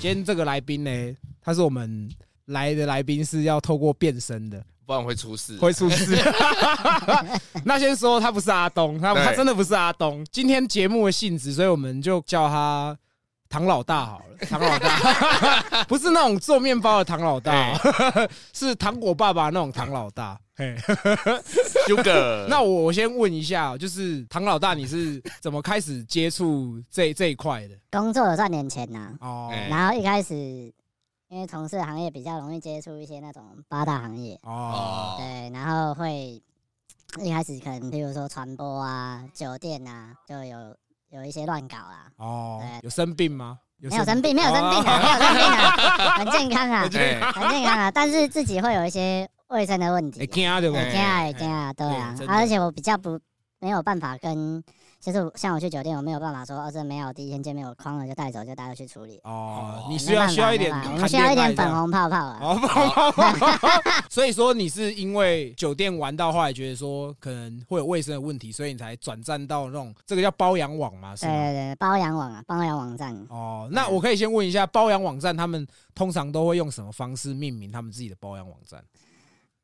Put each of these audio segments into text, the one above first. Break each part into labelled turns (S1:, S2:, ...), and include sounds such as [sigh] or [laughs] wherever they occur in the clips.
S1: 今天这个来宾呢，他是我们来的来宾是要透过变身的，
S2: 不然会出事。 [laughs]
S1: 会出事。那先说他不是阿东，他
S2: 对
S1: 他真的不是阿东。今天节目的性质，所以我们就叫他唐老大好
S2: [laughs]
S1: 了。唐老大 [laughs] 不是那种做面包的唐老大哦， [laughs] 是糖果爸爸那种唐老大。嘿
S2: Sugar，
S1: 那我我先问一下，就是唐老大，你是怎么开始接触这这一块的？
S3: 工作有赚点钱呐、
S1: 哦
S2: 哎
S3: 然后一开始因为从事行业比较容易接触一些那种八大行业，
S1: 哦，
S2: 哦，
S3: 对，然后会一开始可能譬如说传播啊、酒店啊，就有有一些乱搞啦。
S1: 哦
S3: 对，
S1: 有生病哦吗？有
S3: 没有生病，没有生病
S1: [laughs]
S3: 啊，没有生病啊，很健康啊，很
S2: 对，哎
S3: 健康啊。但是自己会有一些卫生的问题
S1: 哎，，惊对不？
S2: 哎
S3: 惊啊，会惊啊，对啊
S1: 对真。的
S3: 啊而且我比较不没有办法跟，就是像我去酒店，我没有办法说，哦，这没有，第一天见面我框了就带走，就带回去处理。
S1: 哦
S2: 哦，
S1: 你
S3: 没
S1: 需要
S3: 办法
S1: 需要一点
S3: 没办法我
S1: 谈
S3: 们需要一
S1: 恋爱
S3: 点
S1: 这样
S3: 粉红泡泡啊。
S1: 哦， [laughs] 所以说你是因为酒店玩到后来觉得说可能会有卫生的问题，所以你才转战到那种这个叫包养网嘛，是
S3: 对
S1: 吗？
S3: 对对，包养网啊，包养网站。
S1: 哦，那我可以先问一下，包养网站他们通常都会用什么方式命名他们自己的包养网站？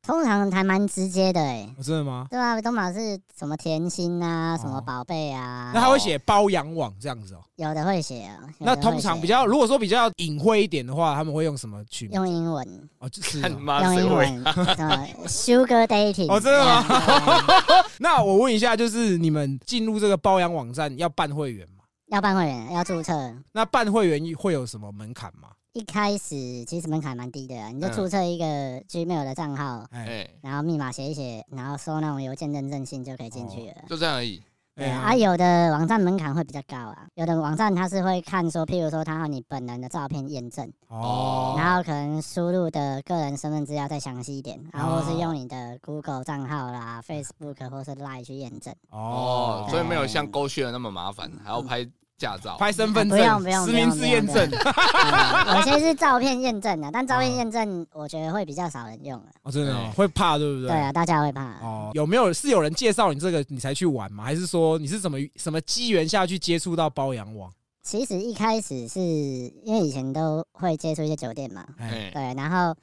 S3: 通常还蛮直接的哎、
S1: 哦真的吗？
S3: 对啊，东宝是什么甜心啊，什
S1: 哦
S3: 么宝贝啊，
S1: 那他会写包养网这样子哦。
S3: 有的会写啊。有
S1: 那
S3: 的会
S1: 通常
S3: 写
S1: 比较，如果说比较隐晦一点的话，他们会用什么取名？
S3: 用英文，
S1: 哦，就是
S2: 看
S1: 哦
S2: 妈
S3: 用
S2: 啊谁
S3: 英
S2: 会？
S1: [laughs]
S3: 文，对 Sugar Dating。
S1: 哦真的吗
S3: 对啊？对啊
S1: [laughs]
S3: 对啊
S1: 那我问一下，就是你们进入这个包养网站要办会员吗？
S3: 要办会员，要注册。
S1: 那办会员会有什么门槛吗？
S3: 一开始其实门槛蛮低的啊，你就
S2: 嗯
S3: 注册一个 Gmail 的账号，
S1: 哎
S2: 哎，
S3: 然后密码写一写，然后收那种邮件认证信就可以进去了。
S2: 就这样而已。
S1: 哎
S3: 对啊，啊有的网站门槛会比较高啊，有的网站它是会看说，譬如说它和你本人的照片验证，
S1: 哦，
S3: 然后可能输入的个人身份资料再详细一点，然后或
S1: 哦
S3: 是用你的 Google 账号啦、Facebook 或是 Line 去验证，
S2: 哦，所以没有像
S3: 对
S2: 勾血那么麻烦，还要拍驾照。
S1: 拍身份
S3: 啊不用
S1: 证
S3: 不、用
S1: 实
S3: 不
S1: 名
S3: 用
S1: 制
S3: 不用
S1: 验
S3: 不
S1: 证
S3: 用。嗯有些是照片验证的，但照片
S1: 哦
S3: 验证我觉得会比较少人用啊。
S1: 哦，真的哦
S2: 对
S1: 会怕，对不对？
S3: 对啊，大家会怕。
S1: 哦，有没有是有人介绍你这个你才去玩吗？还是说你是怎么什么机缘下去接触到包养网？
S3: 其实一开始是因为以前都会接触一些酒店嘛，
S1: 哎，
S2: 哎，
S3: 对，然后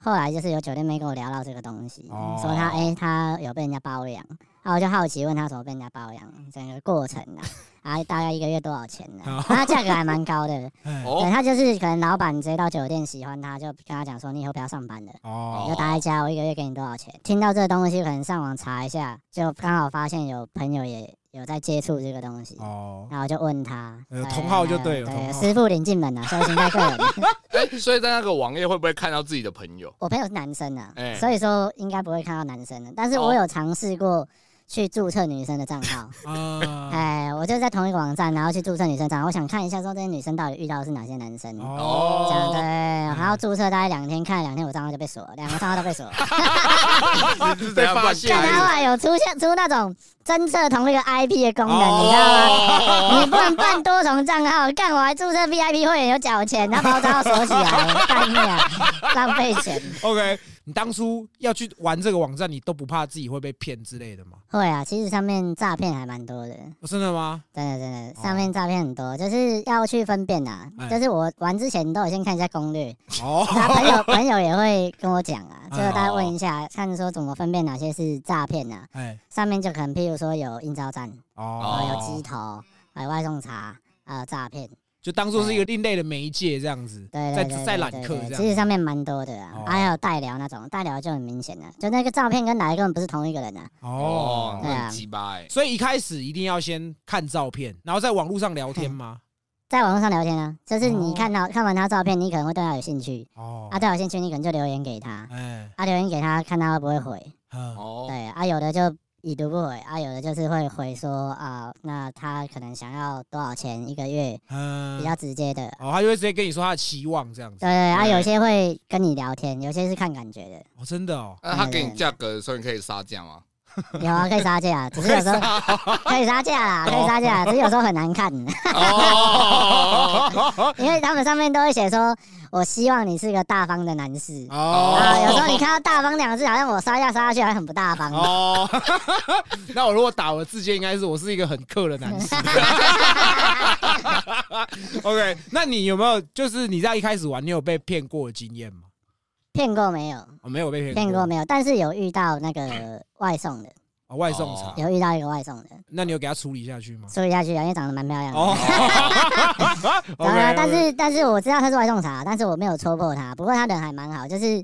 S3: 后来就是有酒店妹跟我聊到这个东西，
S1: 哦
S3: 说他哎、他有被人家包养，然后我就好奇问他怎么被人家包养，整个过程啊，啊大概一个月多少钱呢、
S1: 哦
S3: 啊？他价格还蛮高的，
S1: 哎
S2: 哦
S3: 对他就是可能老板直接到酒店喜欢他，就跟他讲说你以后不要上班了。你
S1: 哦
S3: 就待在家，我一个月给你多少钱？听到这个东西，可能上网查一下，就刚好发现有朋友也有在接触这个东西，
S1: 哦，
S3: 然后就问他，
S1: 呃
S3: 对
S1: 同好就对了同
S3: 对，
S1: 好
S3: 师傅领进门啊，修行在个人。
S2: 哎，所以在那个网页会不会看到自己的朋
S1: [laughs]
S2: 友？
S3: 我朋友是男生啊
S2: 哎，哦
S3: 所以说应该不会看到男生的，但是我有尝试过。去注册女生的账
S2: [laughs]
S3: 号，
S1: [laughs]
S2: 哦
S1: 啊，
S3: 哎、我就是在同一个网站，然后去注册女生账号，我想看一下说这些女生到底遇到的是哪些男生，这样
S1: 哦，
S3: 对，
S2: 嗯
S3: 然后注册大概两天，看了两天我账号就被锁了，两个账号都被锁了。
S2: 是怎样
S1: 被发
S2: 乱
S1: 现
S3: 看他后
S2: 开
S3: 来有出现出那种侦测同一个 IP 的功能，你知道吗？
S2: 哦
S3: 你不能办多重账号，干我还注册 VIP 会员有缴钱，然后把我账号锁起来，干你啊，浪费
S2: [laughs]
S3: 钱。
S1: OK，你当初要去玩这个网站，你都不怕自己会被骗之类的吗？
S3: 会啊，其实上面诈骗还蛮多的，
S1: 哦真的吗？
S3: 真的真的，
S1: 哦
S3: 上面诈骗很多，就是要去分辨呐、
S1: 哎
S3: 就是我玩之前都有先看一下
S1: [laughs]
S3: 攻略，
S1: 哦，
S3: 那朋友朋友也会跟我讲
S1: [laughs]
S3: 啊，
S1: 哎
S3: 最后大家问一下，看说怎么分辨哪些是诈骗啊。
S1: 哎，
S3: 上面就可能譬如说有应招站，
S1: 哦，
S3: 哦有鸡头，还有外送茶，还有诈骗，
S1: 就当做是一个另类的媒介这样子，
S3: 对
S1: 在
S3: 对对，
S1: 在揽
S3: 对
S1: 客
S3: 对
S1: 这样
S3: 其实上面蛮多的
S1: 哦
S3: 啊，还有代聊那种，代聊就很明显了，就那个照片跟来根本不是同一个人啊。
S1: 哦
S2: 哦，，
S3: 对
S2: 那
S3: 啊
S2: 很鸡巴哎。
S1: 所以一开始一定要先看照片，然后在网络上聊天吗？
S3: 在网络上聊天啊，就是你
S1: 哦
S3: 看到、看完他照片，你可能会对他有兴趣，
S1: 哦
S3: 啊，，对他有兴趣，你可能就留言给他，
S1: 哎，
S3: 啊，留言给他，看他会不会回。
S1: 嗯
S2: 哦，
S3: 对，啊，有的就已读不回，啊，有的就是会回说啊、那他可能想要多少钱一个月，
S1: 嗯，
S3: 比较直接的。
S1: 哦，他就会直接跟你说他的期望这样子
S3: 对，对，啊，
S2: 对
S3: 有些会跟你聊天，有些是看感觉的。
S1: 哦，真的哦，
S2: 那他给你价格的时候，你可以杀价吗？
S3: 有啊，可以杀 [laughs] 价，只是有时候可以杀哦价 [laughs] 啦，可以杀价，只是有时候很难 [laughs] 看，
S2: 哦，
S3: 因为他们上面都会写说，我希望你是个大方的男士。啊，有时
S1: 哦
S3: 候你看到“大方”两个字，好像我杀价杀下去还很不大方。
S1: [laughs]
S3: [laughs]
S1: 哦， [laughs] 那我如果打我自荐，应该是我是一个很克的男
S3: [laughs]
S1: 生。OK，那你有没有就是你在一开始玩，你有被骗过的经验吗？哦
S3: 骗过没有？
S1: 我、没有被骗
S3: 骗过
S1: 过，
S3: 没有？但是有遇到那个外送的，
S1: 哦、外送茶，
S3: 有遇到一个外送的，
S1: 那你有给他处理下去吗？
S3: 处理下去啊，因为长得蛮漂亮的。 [laughs]
S1: 哦 [laughs]
S3: 然后呢
S1: ，OK，
S3: 但是但是我知道他是外送茶，但是我没有戳破他。不过他人还蛮好，就是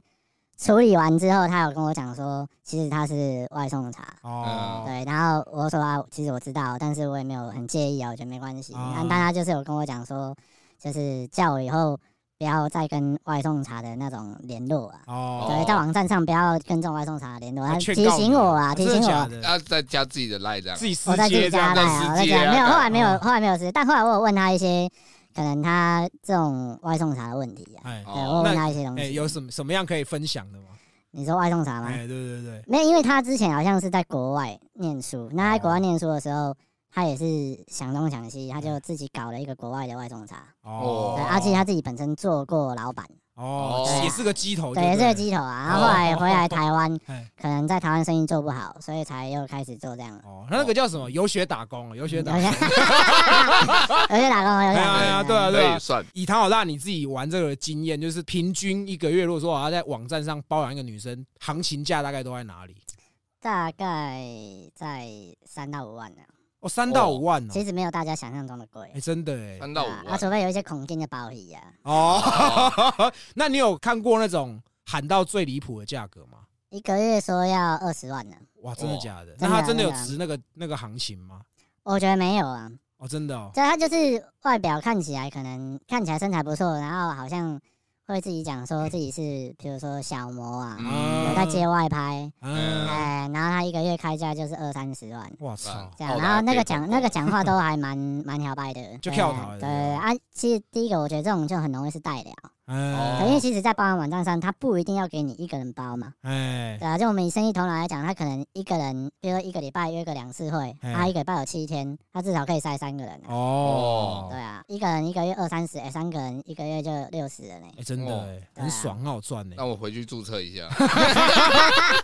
S3: 处理完之后，他有跟我讲说，其实他是外送茶。
S1: 哦，
S3: 对，然后我说啊，其实我知道，但是我也没有很介意啊，我觉得没关系。
S1: 哦
S3: 但但他就是有跟我讲说，就是叫我以后不要再跟外送茶的那种联络啊，
S1: 哦，
S3: 对，在网站上不要跟这种外送茶联络，他
S1: 他劝
S3: 提
S1: 告
S3: 醒
S1: 你
S3: 我啊，提
S1: 真的
S3: 醒
S1: 假
S3: 我。
S1: 的
S2: 要再加自己的赖这样
S1: 自。己私
S3: 我在自己
S1: 接这
S3: 家
S1: 样
S3: 赖
S2: 在私
S3: 啊，我在
S2: 接
S3: 家
S2: 啊
S3: 没有，后来
S1: 干
S3: 没有，
S1: 哦
S3: 后来没有事。但后来我有问他一些可能他这种外送茶的问题啊，
S1: 哎
S2: 哦
S3: 对我有
S1: 那
S3: 问他一些东
S1: 哎，
S3: 西。
S1: 有什么什么样可以分享的吗？
S3: 你说外送茶吗？
S1: 哎，对对对，
S3: 没有，因为他之前好像是在国外念书，那在国外
S1: 哦
S3: 念书的时候。他也是想东想西，他就自己搞了一个国外的外送茶。
S1: 哦
S2: 哦
S3: 对，，阿基他自己本身做过老板，
S1: 哦
S2: 对，啊
S1: 也是个鸡头，
S3: 对，也是个，鸡头啊。然后后来回来台湾，
S1: 哎，
S3: 可能在台湾生意做不好，所以才又开始做这样。
S1: 哦，他那个叫什么？游学打工，游学打工，
S3: 有些 [laughs]
S1: 哎呀哎
S3: 有些打工，有些嗯打
S1: 呀
S3: 工，
S1: 对啊
S2: 可以算
S1: 以唐老大你自己玩这个的经验，就是平均一个月，如果说我要在网站上包养一个女生，行情价大概都在哪里？
S3: 大概在三到五万呢、
S1: 哦，三到五万哦，
S3: 其实没有大家想象中的贵。
S1: 哎，真的哎，
S2: 三到五
S3: 啊啊，
S2: 万。
S3: 除非有一些恐惊的包鱼啊，
S1: 哦， [laughs] 那你有看过那种喊到最离谱的价格吗？
S3: 一个月说要二十万呢、
S1: 哇，真的假的？那
S3: 真的啊
S1: 他真的有
S3: 真的
S1: 值那个那个行情吗？
S3: 我觉得没有啊，
S1: 哦，真的哦，
S3: 就他就是外表看起来可能看起来身材不错，然后好像会自己讲说自己是，比如说小模啊，
S2: 嗯
S3: 有在接外拍，
S1: 嗯，
S3: 哎，然后他一个月开价就是二三十万。
S1: 我操，
S3: 这样，
S2: 哦
S3: 然后那个
S2: 那
S3: 讲
S2: 可以
S3: 那个讲话都还蛮蛮摇摆的，
S1: 就
S3: 对
S1: 跳槽了
S3: 对啊，其实第一个我觉得这种就很容易是啊代聊，
S1: 哎
S2: 哦
S3: 对因为其实，在包含网站上，他不一定要给你一个人包嘛，
S1: 哎
S3: 对啊，就我们以生意头脑来讲，他可能一个人，比如说一个礼拜约个两次会，
S1: 嗯
S3: 他一个礼拜有七天，他至少可以塞三个人、啊。对
S1: 哦，
S3: 啊，一个人一个月二三十，哎，三个人一个月就六十
S1: [laughs]
S3: 了呢。
S1: 哎，真的
S2: 哦
S1: 哎，
S3: 对啊
S1: 很爽，很好赚呢
S2: 那。我回去注册一下。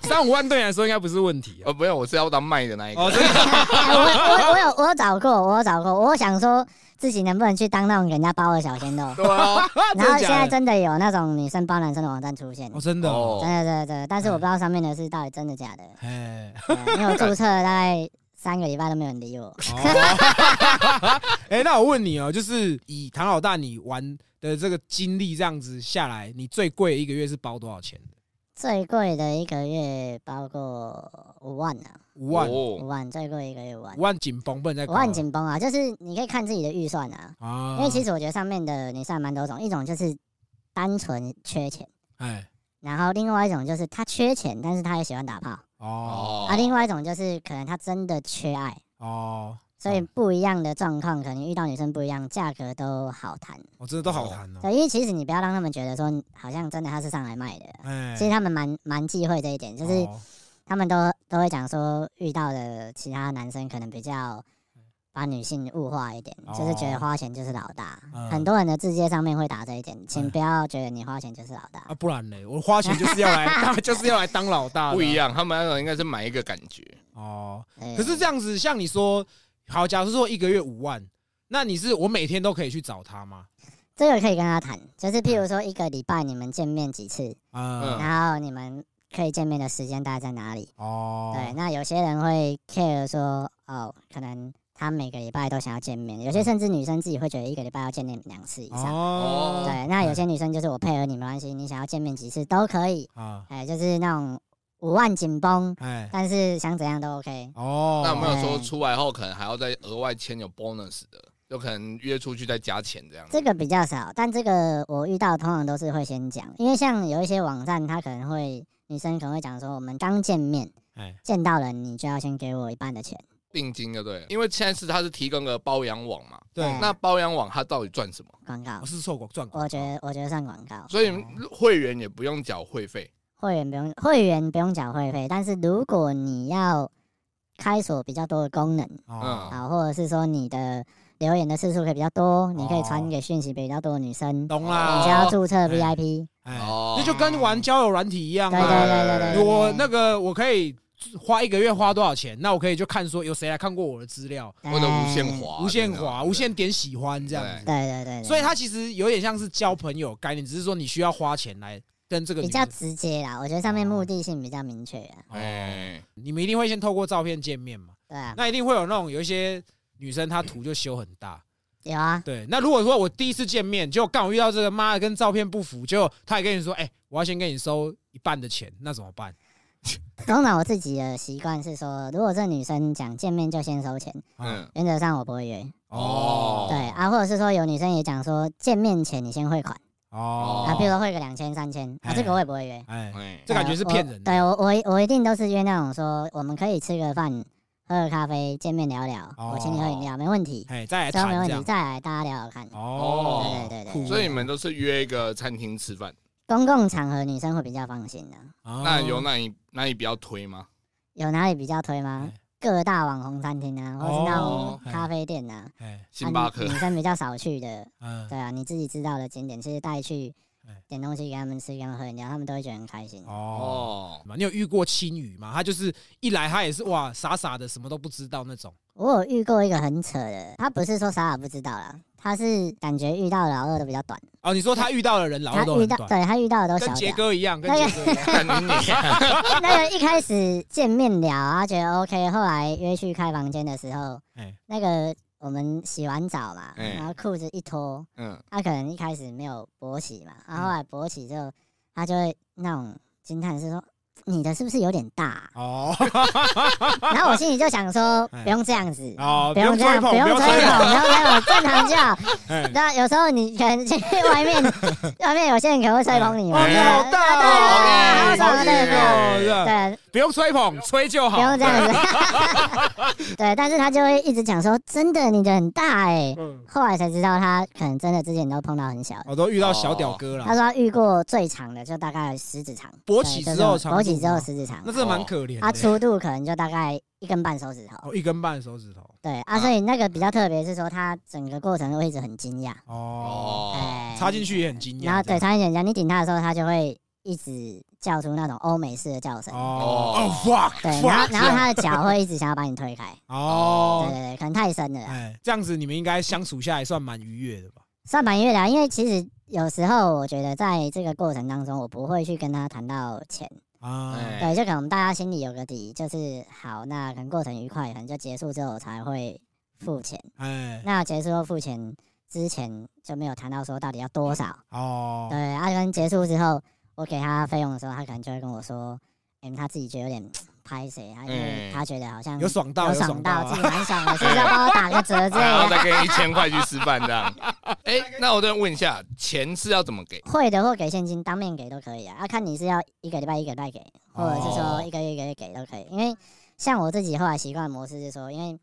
S1: 三五万对你来说应该不是问题啊。
S2: 呃，没有，我是要当卖的那一个。。
S1: 哦，真的
S3: 哎我我我有我有找过，我有找过，我想说自己能不能去当那种给人家包的小
S1: [laughs]
S3: 鲜肉
S2: 对啊，
S3: 然
S1: 哦真
S3: 后
S1: 的假的
S3: 现在真的有那种女生包男生的网站出现，
S1: 哦，
S3: 真
S1: 真的哦，
S2: 哦，
S3: 的真的真的，但是我不知道上面的是到底真的假的，
S1: 哎，
S3: 对啊因为我注册了大概三个礼拜都没有人理我。
S1: 哦哎，那我问你哦，就是以唐老大你玩的这个经历这样子下来，你最贵一个月是包多少钱的？
S3: 最贵的一个月包过五万呢、
S1: 五万，五
S2: 哦
S3: 五万，最贵一个月五万，
S1: 万紧绷，不能再
S3: 五
S1: 高了
S3: 万紧绷啊，就是你可以看自己的预算啊，
S1: 啊
S3: 因为其实我觉得上面的女生还蛮多种，一种就是单纯缺钱，
S1: 哎，
S3: 然后另外一种就是她缺钱，但是她也喜欢打炮，
S1: 哦
S2: 哦
S3: 啊，另外一种就是可能她真的缺爱，
S1: 哦，
S3: 所以
S1: 哦
S3: 不一样的状况，可能遇到女生不一样，价格都好谈。
S1: 我真的都好谈哦，
S3: 对，因为其实你不要让他们觉得说好像真的她是上来卖的，
S1: 哎
S3: 其，实他们蛮蛮忌讳这一点，就是
S1: 哦
S3: 他们都都会讲说，遇到的其他男生可能比较把女性物化一点，
S1: 哦
S3: 就是觉得花钱就是老大。
S1: 嗯
S3: 很多人的字界上面会打这一点，
S1: 嗯
S3: 请不要觉得你花钱就是老大。
S1: 啊，不然呢？我花钱就是要
S3: [laughs]
S1: 来，就是要来当老大的啊，
S2: 不一样，他们那种应该是买一个感觉。
S1: 哦。
S3: 对
S1: 可是这样子，像你说，好，假如说一个月五万，那你是我每天都可以去找他吗？
S3: 这个可以跟他谈，就是譬如说一个礼拜你们见面几次，
S1: 嗯，
S2: 嗯
S3: 然后你们可以见面的时间大概在哪里？
S1: 哦，
S3: 对，，那有些人会 care 说，哦，可能他每个礼拜都想要见面，有
S1: 嗯
S3: 些甚至女生自己会觉得一个礼拜要见面两次以上。
S1: 哦，
S3: 对，那有些女生就是我配合你没关系，你想要见面几次都可以，
S1: 啊，
S3: 哎，就是那种五万紧绷，
S1: 哎，
S3: 但是想怎样都 OK。
S1: 哦，
S2: 那有没有说
S3: 哎
S2: 出来后可能还要再额外签有 bonus 的，有可能约出去再加钱这样子？
S3: 这个比较少，但这个我遇到通常都是会先讲，因为像有一些网站，它可能会女生可能会讲说，我们刚见面
S1: 哎，
S3: 见到人，你就要先给我一半的钱。
S2: 定金就对了，因为现在是它是提供个包养网嘛，
S1: 对，
S3: 哎
S2: 那包养网它到底赚什么？
S3: 广告
S1: 我。是错过赚过，
S3: 我觉得我觉得算广告，
S2: 所以会员也不用缴会费
S3: 会员不用会员不用缴会费，但是如果你要开锁比较多的功能，
S1: 哦，
S3: 啊，或者是说你的留言的次数可以比较多，你可以
S1: 哦
S3: 传给讯息比较多的女生，
S1: 懂
S3: 嗯你
S1: 啦，
S3: 就要注册
S1: 哎
S3: VIP。
S1: 哎，
S2: 哦
S1: 那就跟玩交友软体一样啊
S3: 对对
S1: 嘛。
S3: 对对对，
S1: 我那个我可以花一个月花多少钱，那我可以就看说有谁来看过我的资料，
S2: 或者无限
S3: 火，
S2: 滑，
S1: 无限
S2: 这
S1: 滑、
S2: 样
S1: 无限点喜欢这样子。
S3: 对对对，对
S1: 所以它其实有点像是交朋友概念，只是说你需要花钱来跟这个
S3: 比
S1: 女
S3: 较
S1: 生。
S3: 直接啦，我觉得上面目的性比较明确啊。
S2: 哎，
S1: 你们一定会先透过照片见面嘛？
S3: 对啊，
S1: 那一定会有那种有一些女生她图就修很大，
S3: 有啊，
S1: 对。那如果说我第一次见面，结果刚好遇到这个妈的跟照片不符，结果她也跟你说，哎、我要先跟你收一半的钱，那怎么办？
S3: 通常我自己的习惯是说，如果这女生讲见面就先收钱，
S1: 哦啊
S2: 嗯，
S3: 原则上我不会约。
S2: 哦
S3: 对啊，或者是说有女生也讲说见面前你先汇款
S1: 哦
S3: 啊，比如说汇个两千三千啊，
S1: 哎
S3: 这个我也不会约。
S1: 哎，
S2: 哎
S1: 这感觉是
S3: 对啊
S1: 骗人的
S3: 我对我我一我一定都是约那种说我们可以吃个饭、喝个咖啡、见面聊聊，
S1: 哦
S3: 我请你喝饮料没问题，
S1: 哎，再来
S3: 这样没
S1: 谈
S3: 问
S1: 这
S3: 题，
S1: 样。
S3: 再来大家聊聊看。
S1: 哦，
S3: 对对对
S1: 酷
S3: 对，
S2: 所以你们都是约一个餐厅吃饭，
S3: 公共场合女生会比较放心的。
S2: 那
S1: 那
S2: 有那你那你比较推吗？
S3: 有哪里比较推吗
S1: 哎？
S3: 各大网红餐厅啊，或是那
S1: 哦
S3: 种
S1: 哎
S3: 咖啡店啊，
S1: 哎
S2: 星巴
S3: 啊
S2: 克
S3: 女女生比较少去的，
S1: 嗯
S3: 对啊，你自己知道的景点，其实带去
S1: 哎
S3: 点东西给他们吃，给他们喝饮料，他们都会觉得很开心。
S1: 哦。
S2: 哦，
S1: 嘛，你有遇过青雨吗？他就是一来，他也是哇傻傻的，什么都不知道那种。
S3: 我有遇过一个很扯的，他不是说啥也不知道啦，他是感觉遇到的老二都比较短，
S1: 哦，你说他遇到的人老二
S3: 他
S1: 都
S3: 遇
S1: 很
S3: 到
S1: 短，
S3: 对他遇到的都小
S1: 跟杰
S3: 屌。
S1: 哥一样，跟
S3: 那
S1: 杰
S3: 个
S1: 哥一
S3: [laughs]
S1: 样。
S2: 干你娘
S3: 那个一开始见面聊啊，觉得 OK，后来约去开房间的时候，
S1: 哎
S3: 那个我们洗完澡嘛，
S2: 哎
S3: 然后裤子一脱，
S2: 嗯，
S3: 他可能一开始没有勃起嘛，
S1: 嗯
S3: 然后后来勃起之后，他就会那种惊叹是说。你的是不是有点大
S1: [laughs]
S3: 啊、
S1: 哦
S3: 然后我心里就想说，
S1: 哎
S3: 不用这样子，
S1: 哦，
S3: 不用这
S1: 吹
S3: 样，
S1: 捧，
S3: 不
S1: 不
S3: 用吹捧，
S1: 吹
S3: 不
S1: 捧。
S3: 用吹捧，正常就好。
S1: [laughs] 哎
S3: 那有时候你可能去外面，外面有些人可能会吹捧你嘛，啊
S1: 哦，你好大
S3: 对
S1: 哦，
S3: 对对对对
S1: 好
S3: 对
S1: 大哦，这样
S3: 对，
S1: 不用吹捧，吹就好
S3: 不。用这样
S1: [laughs]
S3: 子。对，但是他就会一直讲说，真的你的很大哎、
S1: 嗯，
S3: 后来才知道他可能真的之前都碰到很小的。
S1: 我哦都遇到小屌哥
S3: 哦他
S1: 了，
S3: 说他遇过最长的就大概十指长，
S1: 啊勃起
S3: 对
S1: 之后
S3: 就这
S1: 长
S3: 种勃
S1: 度
S3: 起之后
S1: 吗
S3: 十指长
S1: 那，真的蛮可怜
S3: 他
S1: 的。
S3: 粗度可能就大概一根半手指头。
S1: 哦，一根半手指头。
S3: 对
S2: 啊
S3: 啊，所以那个比较特别是说，他整个过程会一直很惊讶，
S1: 哦，
S2: 哦，
S3: 哎，
S1: 插进去也很惊讶。
S3: 然后
S1: 这
S3: 对
S1: 样
S3: 他人家你顶他的时候，他就会一直叫出那种欧美式的叫声，
S1: 哦哦
S2: 哦
S1: fuck， [laughs]
S3: 对，
S1: fuck，
S3: 然
S1: 这
S3: 后然后
S1: 样
S3: 他的脚会一直想要把你推开，
S1: [laughs]
S3: 对
S1: 哦，
S3: 对对，可能太深了啦，
S1: 哎，这样子你们应该相处下来算蛮愉悦的吧？
S3: 算蛮月亮，因为其实有时候我觉得在这个过程当中，我不会去跟他谈到钱，
S1: 啊，
S2: 哎
S3: 对，就可能我们大家心里有个底，就是好，那可能过程愉快，可能就结束之后才会付钱，
S1: 哎，
S3: 那结束后付钱之前就没有谈到说到底要多少。
S1: 哦，
S3: 对，阿、啊、跟结束之后，我给他费用的时候，他可能就会跟我说，嗯、他自己觉得有点拍谁，他因为
S2: 嗯
S3: 他觉得好像
S1: 哎有爽到，
S3: 有
S1: 爽
S3: 爽到，自
S1: 啊
S3: 己蛮爽的，是不是要帮我打个折之类
S2: 然后
S3: 的？
S2: 再给你一千块去吃饭这样。哎，那我再问一下，钱是要怎么给？
S3: 会的或给现金，当面给都可以啊，啊，看你是要一个礼拜一个礼拜给，或者是说
S2: 哦
S3: 一个月一个月给都可以，因为像我自己后来习惯的模式是说，因为。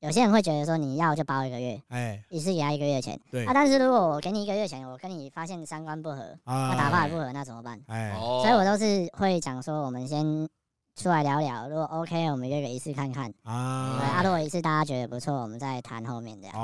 S3: 有些人会觉得说你要就包一个月，
S1: 哎，
S3: 一次给他一个月钱
S1: 对
S3: 啊。但是如果我给你一个月钱，我跟你发现三观不合，那打
S1: 啊，
S3: 法也不合，那怎么办？
S1: 哎，
S2: 哦，
S3: 所以我都是会讲说，我们先出来聊聊，如果 OK，我们约个一次看看。对
S1: 啊，
S3: 啊，如果一次大家觉得不错，我们再谈后面这样。
S1: 哦，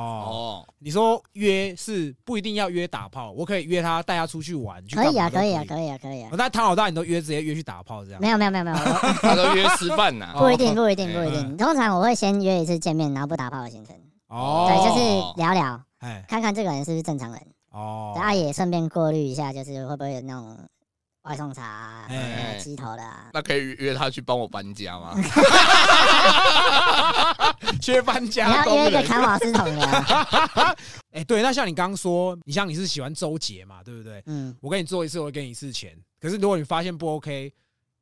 S2: 哦，
S1: 你说约是不一定要约打炮，我可以约他带他出去玩，去
S3: 可以啊，
S1: 干嘛
S3: 可
S1: 都
S3: 以啊，
S1: 以。啊
S3: 可以啊，可以啊
S1: 哦。那唐老大你都约直接约去打炮这样？
S3: 没有没有没有没有，我
S2: 哦他都约吃饭呐
S1: [laughs] 哦。嗯
S3: 不一定不一定
S2: 哎
S3: 不一定。通常我会先约一次见面，然后不打炮的行程。
S1: 哦，
S3: 对，就是聊聊，
S1: 哎，
S3: 看看这个人是不是正常人，
S1: 哦
S3: 然，后也顺便过滤一下，就是会不会有那种外送茶啊
S1: 哎
S3: 呃鸡头的啊。
S2: 那可以约他去帮我搬家吗？
S1: [laughs] 缺搬
S3: 啊你
S1: 家
S3: 要
S1: 工
S3: 约一个
S1: 人。
S3: 砍瓦斯桶的
S1: [laughs]
S3: 啊，
S1: 哎，对，那像你刚刚说，你像你是喜欢周杰嘛，对不对？
S3: 嗯，
S1: 我跟你做一次，我会给你一次钱。可是如果你发现不 OK，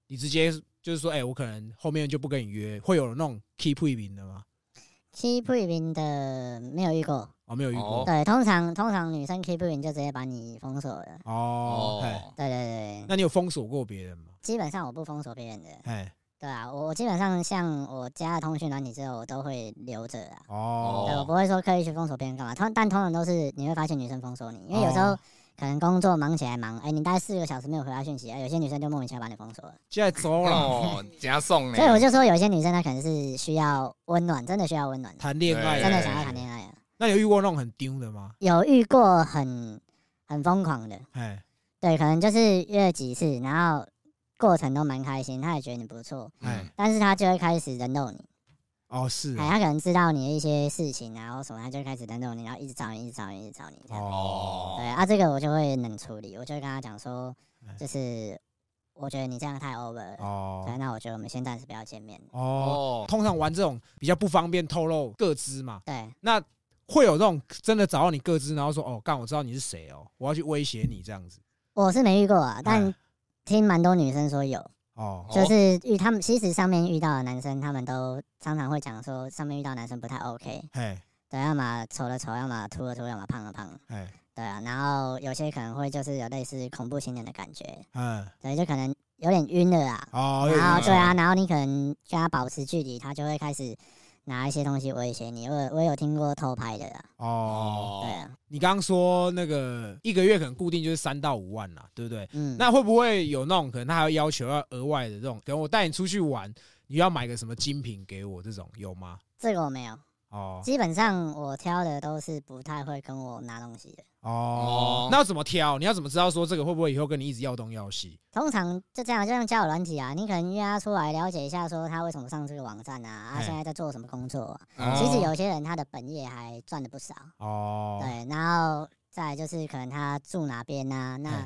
S1: 你直接就是说，哎，我可能后面就不跟你约，会有那种 keep 一名的吗？
S3: 七不赢的没有遇过。
S1: 哦，没有遇过
S2: 哦。
S3: 对，通常通常女生 keep 不赢就直接把你封锁了。
S1: 哦，哎，
S2: 哦，
S3: 对对对对，
S1: 那你有封锁过别人吗？
S3: 基本上我不封锁别人的。
S1: 哎，
S3: 对啊，我我基本上像我加了通讯软体之后，我都会留着啊。
S1: 哦
S3: 对，我不会说刻意去封锁别人干嘛。通但通常都是你会发现女生封锁你，因为有时候
S1: 哦
S3: 可能工作忙起来忙，哎、你大概四个小时没有回她讯息，哎、有些女生就莫名其妙把你封锁了。
S1: 现在走了，
S2: 哦，加送呢
S3: 所以，我就说，有些女生她可能是需要温暖，真的需要温暖，
S1: 谈恋爱
S2: 对
S3: 真的想要谈恋爱啊。
S1: 那你有遇过那种很丢的吗？
S3: 有遇过很很疯狂的，
S1: 哎
S3: 对，可能就是约了几次，然后过程都蛮开心，她也觉得你不错，
S2: 嗯
S1: 哎，
S3: 但是她就会开始人肉你，
S1: 哦是
S3: 哎，她可能知道你的一些事情啊，然后什么，她就会开始人肉你，然后一直找你，一直找你，一直找你这样。
S1: 哦，
S3: 对啊，这个我就会冷处理，我就会跟她讲说
S1: 哎，
S3: 就是我觉得你这样太 over 了，对，
S1: 哦
S3: 那我觉得我们先暂时不要见面。
S1: 哦，
S2: 哦，
S1: 通常玩这种比较不方便透露各自嘛，
S3: 对，
S1: 那会有这种真的找到你各自，然后说哦干我知道你是谁哦，我要去威胁你这样子，
S3: 我是没遇过啊，但
S1: 哎
S3: 听蛮多女生说有。
S1: 哦
S3: 就是遇他们，其实上面遇到的男生，他们都常常会讲说，上面遇到男生不太 OK，
S1: 哎
S3: 对，要么丑了丑，要么秃了秃，要么胖了胖，
S1: 哎
S3: 对啊。然后有些可能会就是有类似恐怖情人的感觉，
S1: 嗯
S3: 对，就可能有点晕了啊啦。
S1: 哦，有
S3: 然后
S2: 晕
S3: 对啊，然后你可能跟他保持距离，他就会开始拿一些东西威胁你。我有我有听过偷拍的啦，
S1: 哦，
S3: 对
S2: 哦，
S3: 啊，
S1: 你刚刚说那个一个月可能固定就是三到五万啦，对不对？
S3: 嗯，
S1: 那会不会有那种可能他还要求要额外的这种？可能我带你出去玩，你要买个什么精品给我这种有吗？
S3: 这个我没有，
S1: 哦
S3: 基本上我挑的都是不太会跟我拿东西的，
S1: 哦
S2: 哦，
S1: 那要怎么挑？你要怎么知道说这个会不会以后跟你一直要东要西？
S3: 通常就这样，就像交友软体啊，你可能约他出来了解一下，说他为什么上这个网站啊，他
S1: 嘿
S3: 现在在做什么工作啊、
S1: 哦
S3: 其实有些人他的本业还赚的不少，
S1: 哦，
S3: 对，然后再来就是可能他住哪边啊，那
S1: 嘿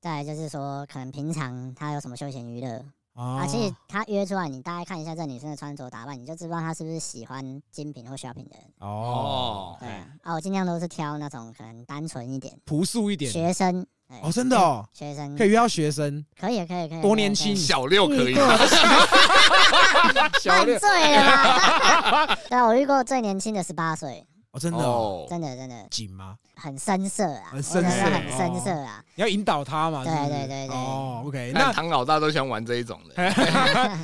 S3: 再来就是说可能平常他有什么休闲娱乐
S1: 哦
S3: 啊，其实他约出来，你大概看一下这女生的穿着打扮，你就知道她是不是喜欢精品或 shopping 的人。
S1: 哦，
S3: 对
S1: 嘿
S3: 啊，啊我尽量都是挑那种可能单纯一点，
S1: 朴素一点
S3: 学生，对
S1: 哦，真的哦，
S3: 学生
S1: 可以约到学生
S3: 可以可以可
S1: 多
S3: 以，可以
S1: 年
S3: 可以
S1: 轻
S2: 小六可以
S3: 遇过
S2: 吗，
S1: [laughs]
S3: 犯罪了吧？对啊，我遇过最年轻的十八岁，
S1: 哦，真的哦，
S2: 哦，
S3: 真的真的
S1: 紧吗？
S3: 很深色啊，
S1: 很哦深
S3: 我觉得
S2: 色
S3: 很深色
S1: [laughs]
S3: 啊。 [laughs]
S1: 你要引导他嘛？
S3: 对
S1: 是不是
S3: 对对对
S1: 哦，OK，
S2: 那
S1: 那
S2: 哎
S1: 哎
S2: 唐老大都喜欢玩这一种的，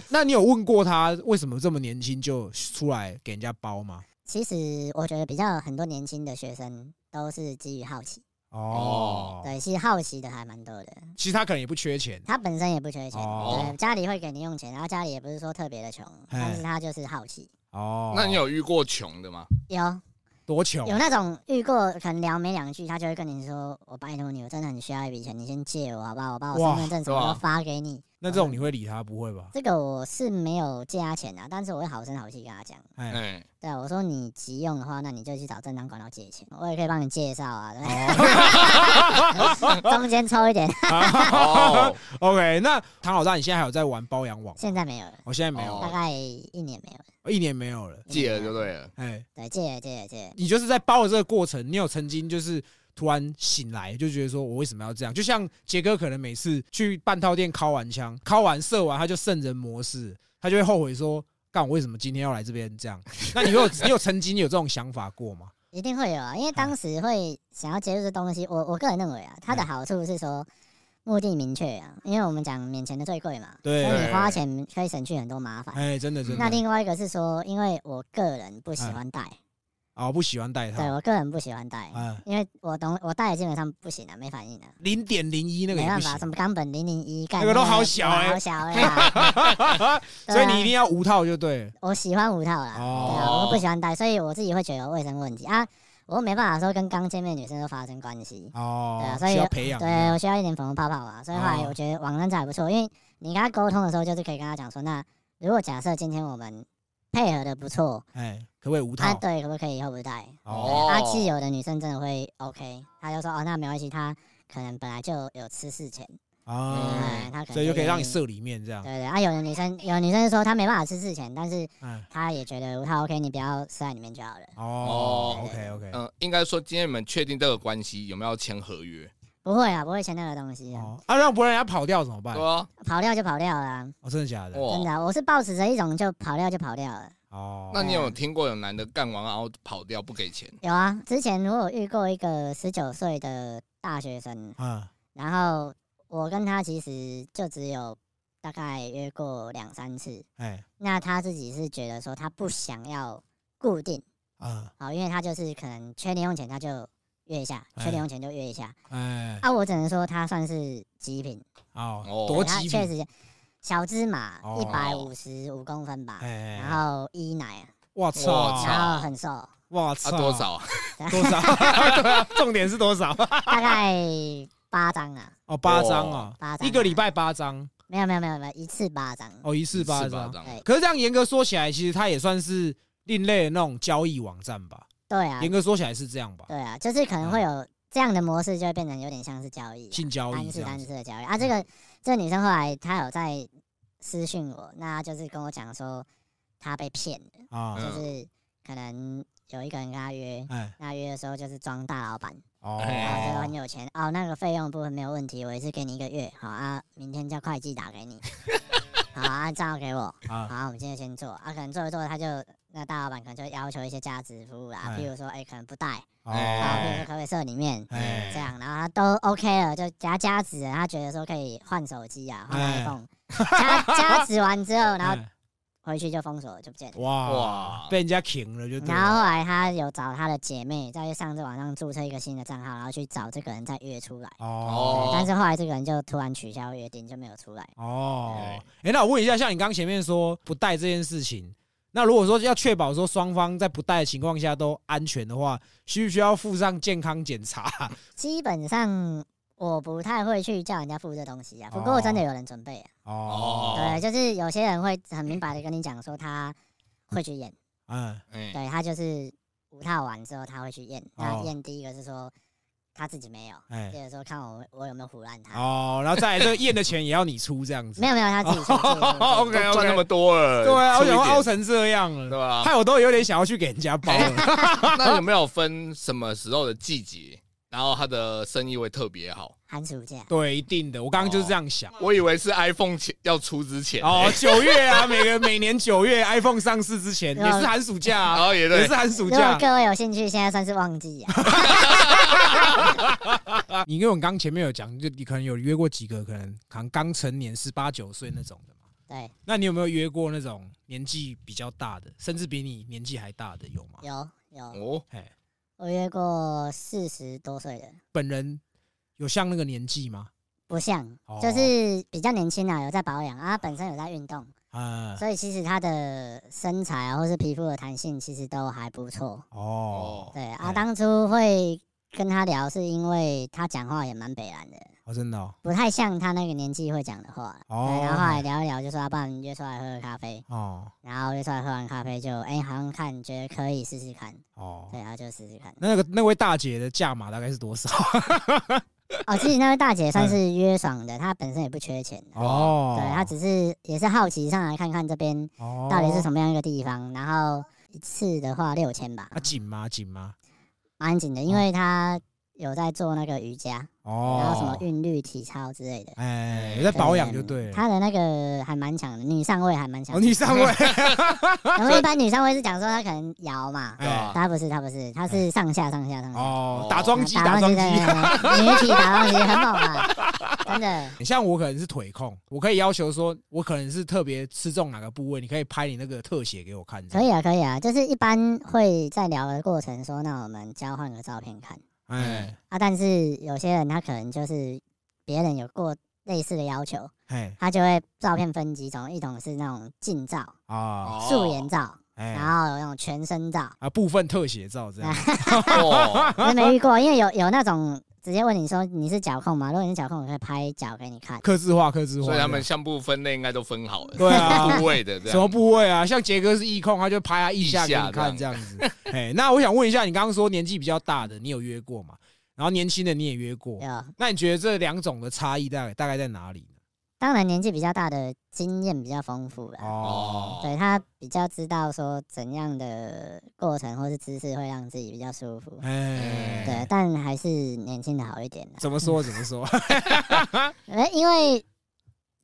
S1: 那你有问过他为什么这么年轻就出来给人家包吗？
S3: 其实我觉得比较很多年轻的学生都是基于好奇，
S1: 哦，
S3: 对，其实好奇的还蛮多的。
S1: 其实他可能也不缺钱
S3: 他本身也不缺钱，
S1: 哦
S3: 对，家里会给你用钱，然后家里也不是说特别的穷，
S1: 嘿
S3: 但是他就是好奇。
S1: 哦。
S2: 那你有遇过穷的吗？
S3: 有
S1: 多穷
S3: 有那种遇过，可能聊没两句，他就会跟你说：“我拜托你，我真的很需要一笔钱，你先借我好不好？我把我身份证什
S2: 哇
S3: 么
S2: 是吧
S3: 都发给你。”
S1: 那这种你会理他不会吧？
S3: 这个我是没有借他钱啊，但是我会好声好气跟他讲。
S1: 哎，
S2: 哎，
S3: 对啊，我说你急用的话，那你就去找正当管道借钱，我也可以帮你介绍啊。
S2: 哎
S1: 哦
S2: [laughs]
S3: 对中间抽一点，
S2: 哦，
S1: OK，那 [laughs] 唐老大，你现在还有在玩包养网吗？
S3: 现在没有了，
S1: 我现在没有哦
S2: 哦
S3: 大概一年没有了。
S1: 了，一年没有了。
S2: 借了就对了，
S1: 哎，
S3: 对，借了借了借了。
S1: 你就是在包的这个过程，你有曾经就是突然醒来，就觉得说我为什么要这样？就像杰哥可能每次去半套店敲完枪，敲完射完，他就圣人模式，他就会后悔说，干我为什么今天要来这边这样？那你有你有曾经有这种想法过
S3: [laughs]
S1: 吗？
S3: 一定会有啊，因
S1: 嗯
S3: 为当时会想要接触这东西，我我个人认为啊，它的
S1: 嗯
S3: 好处是说目的明确啊，因为我们讲免钱的最贵嘛，所
S1: 对
S3: 以你花钱可以省去很多麻烦。
S1: 哎，真的真
S3: 那
S1: 的，
S3: 另外一个是说，因为我个人不喜
S1: 嗯
S3: 欢戴，
S1: 哦，不喜欢戴
S3: 对
S1: 套，
S3: 我个人不喜欢戴，
S1: 哎，
S3: 因为我懂我戴了基本上不行啊，没反应啊。
S1: 零点零一那个
S3: 没
S1: 也不
S3: 办
S1: 行
S3: 法，，什么冈本零零一干
S1: 那个都
S3: 那
S1: 好小欸
S3: 好小
S1: [laughs]
S3: 哎呀。
S1: 所以
S3: 对啊
S1: 你一定要无套就对了。
S3: 我喜欢五套啦，
S1: 哦
S3: 对啊，我不喜欢戴，所以我自己会觉得有卫生问题啊。我没办法说跟刚见面的女生都发生关系，对
S1: 哦
S3: 啊，所以
S1: 需要培养。
S3: 对我需要一点粉红泡泡啊。所以后来
S1: 哦
S3: 我觉得网站这还不错，因为你跟他沟通的时候，就是可以跟他讲说，那如果假设今天我们配合的不错，
S1: 哎，可不可以无
S3: 啊，
S1: 套？
S3: 对，可不可以以后不戴？
S1: 哦，
S2: 哦
S3: 啊，其实有的女生真的会 OK，她就说哦，那没关系，她可能本来就有吃事前，
S1: 啊，
S3: 哎她可能
S1: 所以就可以让你
S3: 愿意
S1: 射里面这样。
S3: 对对啊，有的女生有的女生是说她没办法吃事前，但是
S1: 哎，
S3: 她也觉得她 OK，你不要塞在里面就好了。
S1: 哦
S2: 哦
S1: ，OK OK，
S2: 嗯，应该说今天你们确定这个关系有没有签合约？
S3: 不会啊，不会签那个东西啊，
S1: 哦，啊，让不然人家跑掉怎么办
S2: 对？啊，
S3: 跑掉就跑掉了啊、
S1: 哦，真的假的？
S3: 真
S2: 哇，
S3: 的啊、我是抱持着一种就跑掉就跑掉了。
S1: 哦，
S2: 那你有听过有男的干完然后跑掉不给钱？
S3: 有啊，之前我有遇过一个十九岁的大学生，
S1: 嗯，
S3: 然后我跟他其实就只有大概约过两三次，
S1: 哎，
S3: 那他自己是觉得说他不想要固定
S1: 嗯，
S3: 哦，因为他就是可能缺零用钱，他就约一下，
S1: 哎
S3: 缺零用钱就约一下。
S1: 哎，
S3: 啊，我只能说它算是极品，
S1: 哦
S2: 哦，
S1: 多
S3: 对它
S1: 极
S3: 确
S1: 品，
S3: 实小芝麻
S1: 哦
S3: 一百五十五公分吧，
S1: 哎，哦
S3: 然后一奶，
S1: 我
S2: 哇
S1: 操，
S3: 然后很瘦，
S1: 我
S2: 啊
S1: 操，
S2: 多少
S1: [laughs]
S2: 啊？
S1: 多少？对啊重点是多少？
S3: 大概八张啊，
S1: 哦，八张啊，
S3: 八张
S1: 一个礼拜八张，
S3: 没有没有没有没有一次八张，
S1: 哦，一次八
S2: 四
S1: 张。
S2: 张
S3: 对
S1: 可是这样严格说起来，其实它也算是另类的那种交易网站吧？
S3: 对啊
S1: 严格说起来是这样吧？
S3: 对啊，就是可能会有这样的模式，就会变成有点像是交易啊，
S1: 嗯性交易
S3: 单
S1: 这
S3: 次
S1: 样
S3: 单
S1: 子。嗯
S3: 次的交易啊。这个这个女生后来她有在私讯我，那就是跟我讲说她被骗了，
S1: 啊
S2: 嗯，
S3: 就是可能有一个人跟她约，
S1: 哎，
S3: 那约的时候就是装大老板，然后就很
S1: 哦，
S3: 有钱哦，那个费用部分没有问题，我一次给你一个月，好啊，明天叫会计打
S1: [laughs]
S3: 给你，好啊，账号给我，
S1: 啊，
S3: 好，我们今天先做啊，可能做一做他就那大老板可能就要求一些价值服务啦，
S1: 哎
S3: 譬如说哎、可能不带，啊，譬如
S1: 哦
S3: 说，可不可以设里面。
S1: 哎，
S3: 这样，然后他都 OK 了，就加加值了，他觉得说可以换手机啊，换
S1: 哎
S3: iPhone，、加
S1: [laughs]
S3: 加值完之后，然后
S1: 哎
S3: 回去就封锁了，就不见了。
S1: 哇哇，
S2: 哇
S1: 被人家停了就对
S3: 然后
S1: 了。
S3: 后来他有找他的姐妹再去上这网上注册一个新的账号，然后去找这个人再约出来。对
S1: 哦
S3: 但是后来这个人就突然取消约定，就没有出来。
S1: 哦，哎，那我问一下，像你刚前面说不带这件事情，那如果说要确保说双方在不带的情况下都安全的话，需不需要附上健康检
S2: [laughs]
S1: 查？
S3: 基本上我不太会去叫人家付这东西啊，不过真的有人准备、啊。
S1: 哦，
S3: 对，就是有些人会很明白的跟你讲说他会去验，
S1: 嗯，
S2: 哎，
S3: 对他就是五套完之后他会去验。
S1: 哦
S3: 那验第一个是说他自己没有，
S1: 哎
S3: 第，二个说看我我有没有胡乱他，
S1: 哦，然后再来这个验的钱也要你出这
S2: [laughs]
S1: 样子
S3: 没。有没有他自己去。自己去自己去
S1: 哦
S2: 都
S1: OK，OK
S2: 赚那么多了，
S1: 对啊，我
S2: 出一
S1: 想
S2: 点
S1: 说凹成这样
S2: 对
S1: 了，
S2: 啊吧？
S1: [laughs] 害我都有点想要去给人家包
S2: [laughs]
S1: 了。
S2: 那有没有分什么时候的季节，然后它的生意会特别好？
S3: 寒暑假。
S1: 对，一定的，我刚刚就是这样想。
S2: 我以为是 iPhone 前要出之前，哎
S1: 哦，九月啊，每个每年九月 iPhone 上市之
S3: [laughs]
S1: 前也是寒暑假
S2: 然
S1: 啊，
S2: 后也
S1: 也
S2: 对
S1: 是，寒暑
S3: 如果
S1: 假。
S3: 各位有兴趣，现在算是旺季
S1: [laughs]
S3: 啊。
S1: 你因为我们刚前面有讲，就你可能有约过几个，可能可能刚成年十八九岁那种的嘛。
S3: 对，
S1: 那你有没有约过那种年纪比较大的，甚至比你年纪还大的有吗？
S3: 有有，
S2: 哦，
S1: 哎，
S3: 我约过四十多岁的，
S1: 本人有像那个年纪吗？
S3: 不像
S1: 哦，
S3: 就是比较年轻啊，有在保养啊，本身有在运动，
S1: 啊，
S3: 所以其实他的身材啊，或是皮肤的弹性，其实都还不错。
S1: 哦，
S2: 哦，
S3: 对啊，
S1: 哎
S3: 当初会跟他聊，是因为他讲话也蛮北然的，
S1: 哦，真的哦，
S3: 不太像他那个年纪会讲的话。
S1: 哦
S3: 对，然后后来聊一聊，就说要啊不然约出来喝喝咖啡，
S1: 哦，
S3: 然后约出来喝完咖啡就哎、好像看觉得可以试试看，
S1: 哦。
S3: 对，然后就
S1: [laughs]
S3: 试试看。
S1: 那个那位大姐的价码大概是多少？
S3: 哦，其实那位大姐算是约爽的，她本身也不缺钱。
S1: 嗯哦，
S3: 对她只是也是好奇上来看看这边
S1: 哦
S3: 到底是什么样一个地方，然后一次的话六千吧
S1: 啊，哦紧吗？紧吗？
S3: 蛮紧的，因为她有在做那个瑜伽，
S1: 哦，
S3: 然后什么韵律体操之类的，
S1: 哎，有在保养就对了。
S3: 她的那个还蛮强的，女上位还蛮强
S1: 哦，
S3: 的。
S1: 你上位啊
S3: 然后一般女上位是讲说她可能摇嘛，
S2: 对吧？
S3: 她不是，她不是，她是上下上下上下。
S1: 哎哦
S2: 哦，
S1: 打桩机，打
S3: 打
S1: 桩
S3: 桩
S1: 机。
S3: 对对对女体打桩机很猛啊，
S1: [laughs]
S3: 真的。
S1: 你像我可能是腿控，我可以要求说，我可能是特别吃中哪个部位，你可以拍你那个特写给我看。
S3: 可以啊，可以啊，就是一般会在聊的过程说，那我们交换个照片看
S2: 嗯
S1: 哎，
S3: 啊。但是有些人他可能就是别人有过类似的要求，
S1: 哎
S3: 他就会照片分几种，一种是那种近照、
S1: 啊，
S2: 哦
S3: 素颜照，然
S1: 哎
S3: 后有那种全身照。
S1: 啊，部分特写照这样。
S3: 啊
S1: [laughs]
S2: 哦，
S3: 我没遇过，因为有有那种直接问你说你是脚控吗？如果你是脚控，我可以拍脚给你看。
S1: 克制化，克制化。
S2: 所以他们项目分类应该都分好了，
S1: 对啊
S2: [laughs] 部位的这
S1: 什么
S2: 样，
S1: 部位啊？像杰哥是异控，他就拍他腋下给你
S2: 腋下
S1: 看这样子。哎，那我想问一下，你刚刚说年纪比较大的，你有约过吗？然后年轻的你也约过，
S3: 有，
S1: 那你觉得这两种的差异大概大概在哪里呢？
S3: 当然年纪比较大的经验比较丰富啦，
S1: 哦，
S3: 对他比较知道说怎样的过程或是姿势会让自己比较舒服。
S1: 哎，
S3: 嗯对，，但还是年轻的好一点啦。
S1: 怎么说怎么
S2: [laughs]
S1: 说？
S3: 呃，因为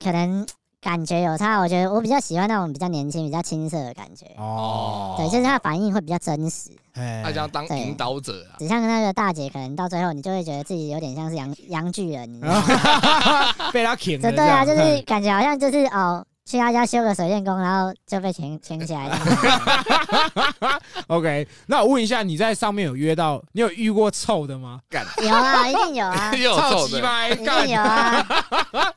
S3: 可能感觉有差，我觉得我比较喜欢那种比较年轻、比较青涩的感觉。
S1: 哦，
S3: 对，就是他反应会比较真实，
S1: 哎
S2: 他想要当引导者啊，
S3: 只像那个大姐，可能到最后你就会觉得自己有点像是杨杨巨人，你知道吗
S1: 被他舔了，
S3: 这对啊，
S1: 这
S3: 就
S1: 样
S3: 是感觉好像就是哦，去他家修个水电工，然后就被请请
S1: [laughs]
S3: 起来。
S1: OK，那我问一下，你在上面有约到，你有遇过臭的吗？
S3: 有啊，一定有啊，
S2: [laughs] 又有
S1: 超
S2: 臭
S1: 级
S2: 的，
S1: 掰，
S3: 一定
S1: [laughs] 干
S3: 有啊，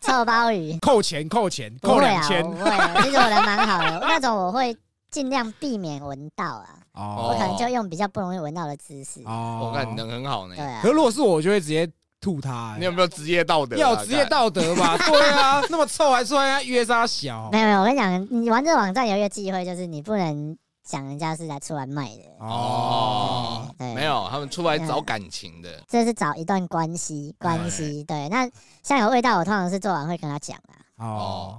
S3: 臭鲍鱼。
S1: 扣钱扣钱
S3: 不
S1: 扣
S3: 会
S1: 两
S3: 啊，我
S1: 千
S3: 不会啊，其实我人蛮好的，那种我会尽量避免闻到啊，我
S1: 哦
S3: 可能就用比较不容易闻到的姿势。
S1: 哦
S2: 我看你能很好呢
S3: 对。啊
S1: 可，是如果是我，我就会直接吐他、欸
S2: 你有没有职业道德啊？
S1: 要有职业
S2: 干
S1: 道德吧？对啊，那么臭还说人家约他小
S3: 没有没有，我跟你讲，你玩这个网站有一个忌讳，就是你不能讲人家是来出来卖的，
S2: 哦，
S3: 对
S2: 没有，他们出来找感情的，
S3: 这是找一段关系关系。
S1: 哎
S3: 对，那像有味道，我通常是做完会跟他讲啊，
S1: 哦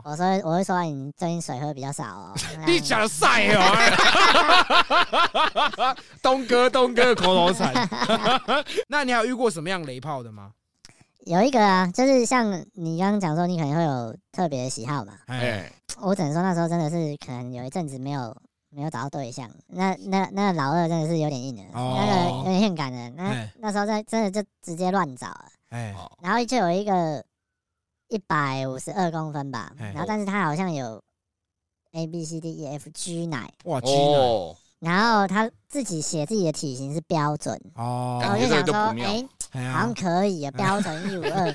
S2: 哦。
S3: 我说我会说啊你最近水喝比较少
S1: [laughs]
S3: 哦。
S1: 你讲的晒
S2: [laughs]
S1: 哦，哎东哥东哥口头禅。 [laughs] 那你还有遇过什么样雷炮的吗？
S3: 有一个啊，就是像你刚刚讲说，你可能会有特别的喜好嘛。
S1: 哎，
S2: 哎，
S3: 我只能说那时候真的是可能有一阵子没有没有找到对象，那那那老二真的是有点硬了，
S1: 哦
S3: 那个有点性感的，那
S1: 哎
S3: 那时候真真的就直接乱找了，
S1: 哎，
S2: 哦
S3: 然后就有一个一百五十二公分吧，
S1: 哎
S3: 然后但是他好像有 A B C D E F G 奶，
S1: 哇，鸡奶
S2: 哦，
S3: 然后他自己写自己的体型是标准，然
S1: 哦
S3: 后我，就
S2: 感觉这个
S3: 想
S2: 就
S3: 说，
S2: 不妙
S3: 哎、
S1: 哎
S3: 好
S1: 呀
S3: 像，可以啊，标准一五二，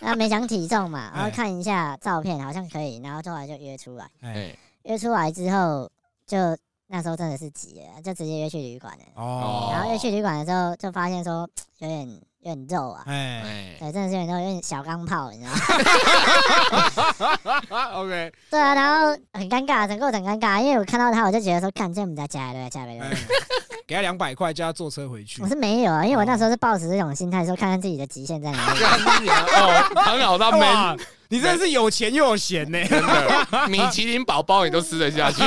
S3: 那没讲体重嘛，然后
S1: 哎
S3: 看一下照片，好像可以，然后后来就约出来。
S1: 哎，
S2: 哎，
S3: 约出来之后，就那时候真的是急了，就直接约去旅馆了。
S1: 哦，
S3: 然后约去旅馆的时候，就发现说有点有点肉啊，
S1: 哎
S2: [laughs] 哎，
S3: 对，真的是有点肉，有点小钢炮，你知道吗？ [laughs]
S1: ，OK，
S3: 对啊，然后很尴尬，整个很尴尬，因为我看到他，我就觉得说，看这我们家家对家
S2: [laughs]
S3: 对
S1: 哎，给他两百块，叫他坐车回去
S3: 我。是没有啊，因为我那时候是抱持这种心态，说看看自己的极限在哪里。
S2: 干你啊哦，唐老大
S1: 哇
S2: man，，
S1: 你真是有钱又有闲呢。
S2: 真的，米其林宝宝你都吃得下去，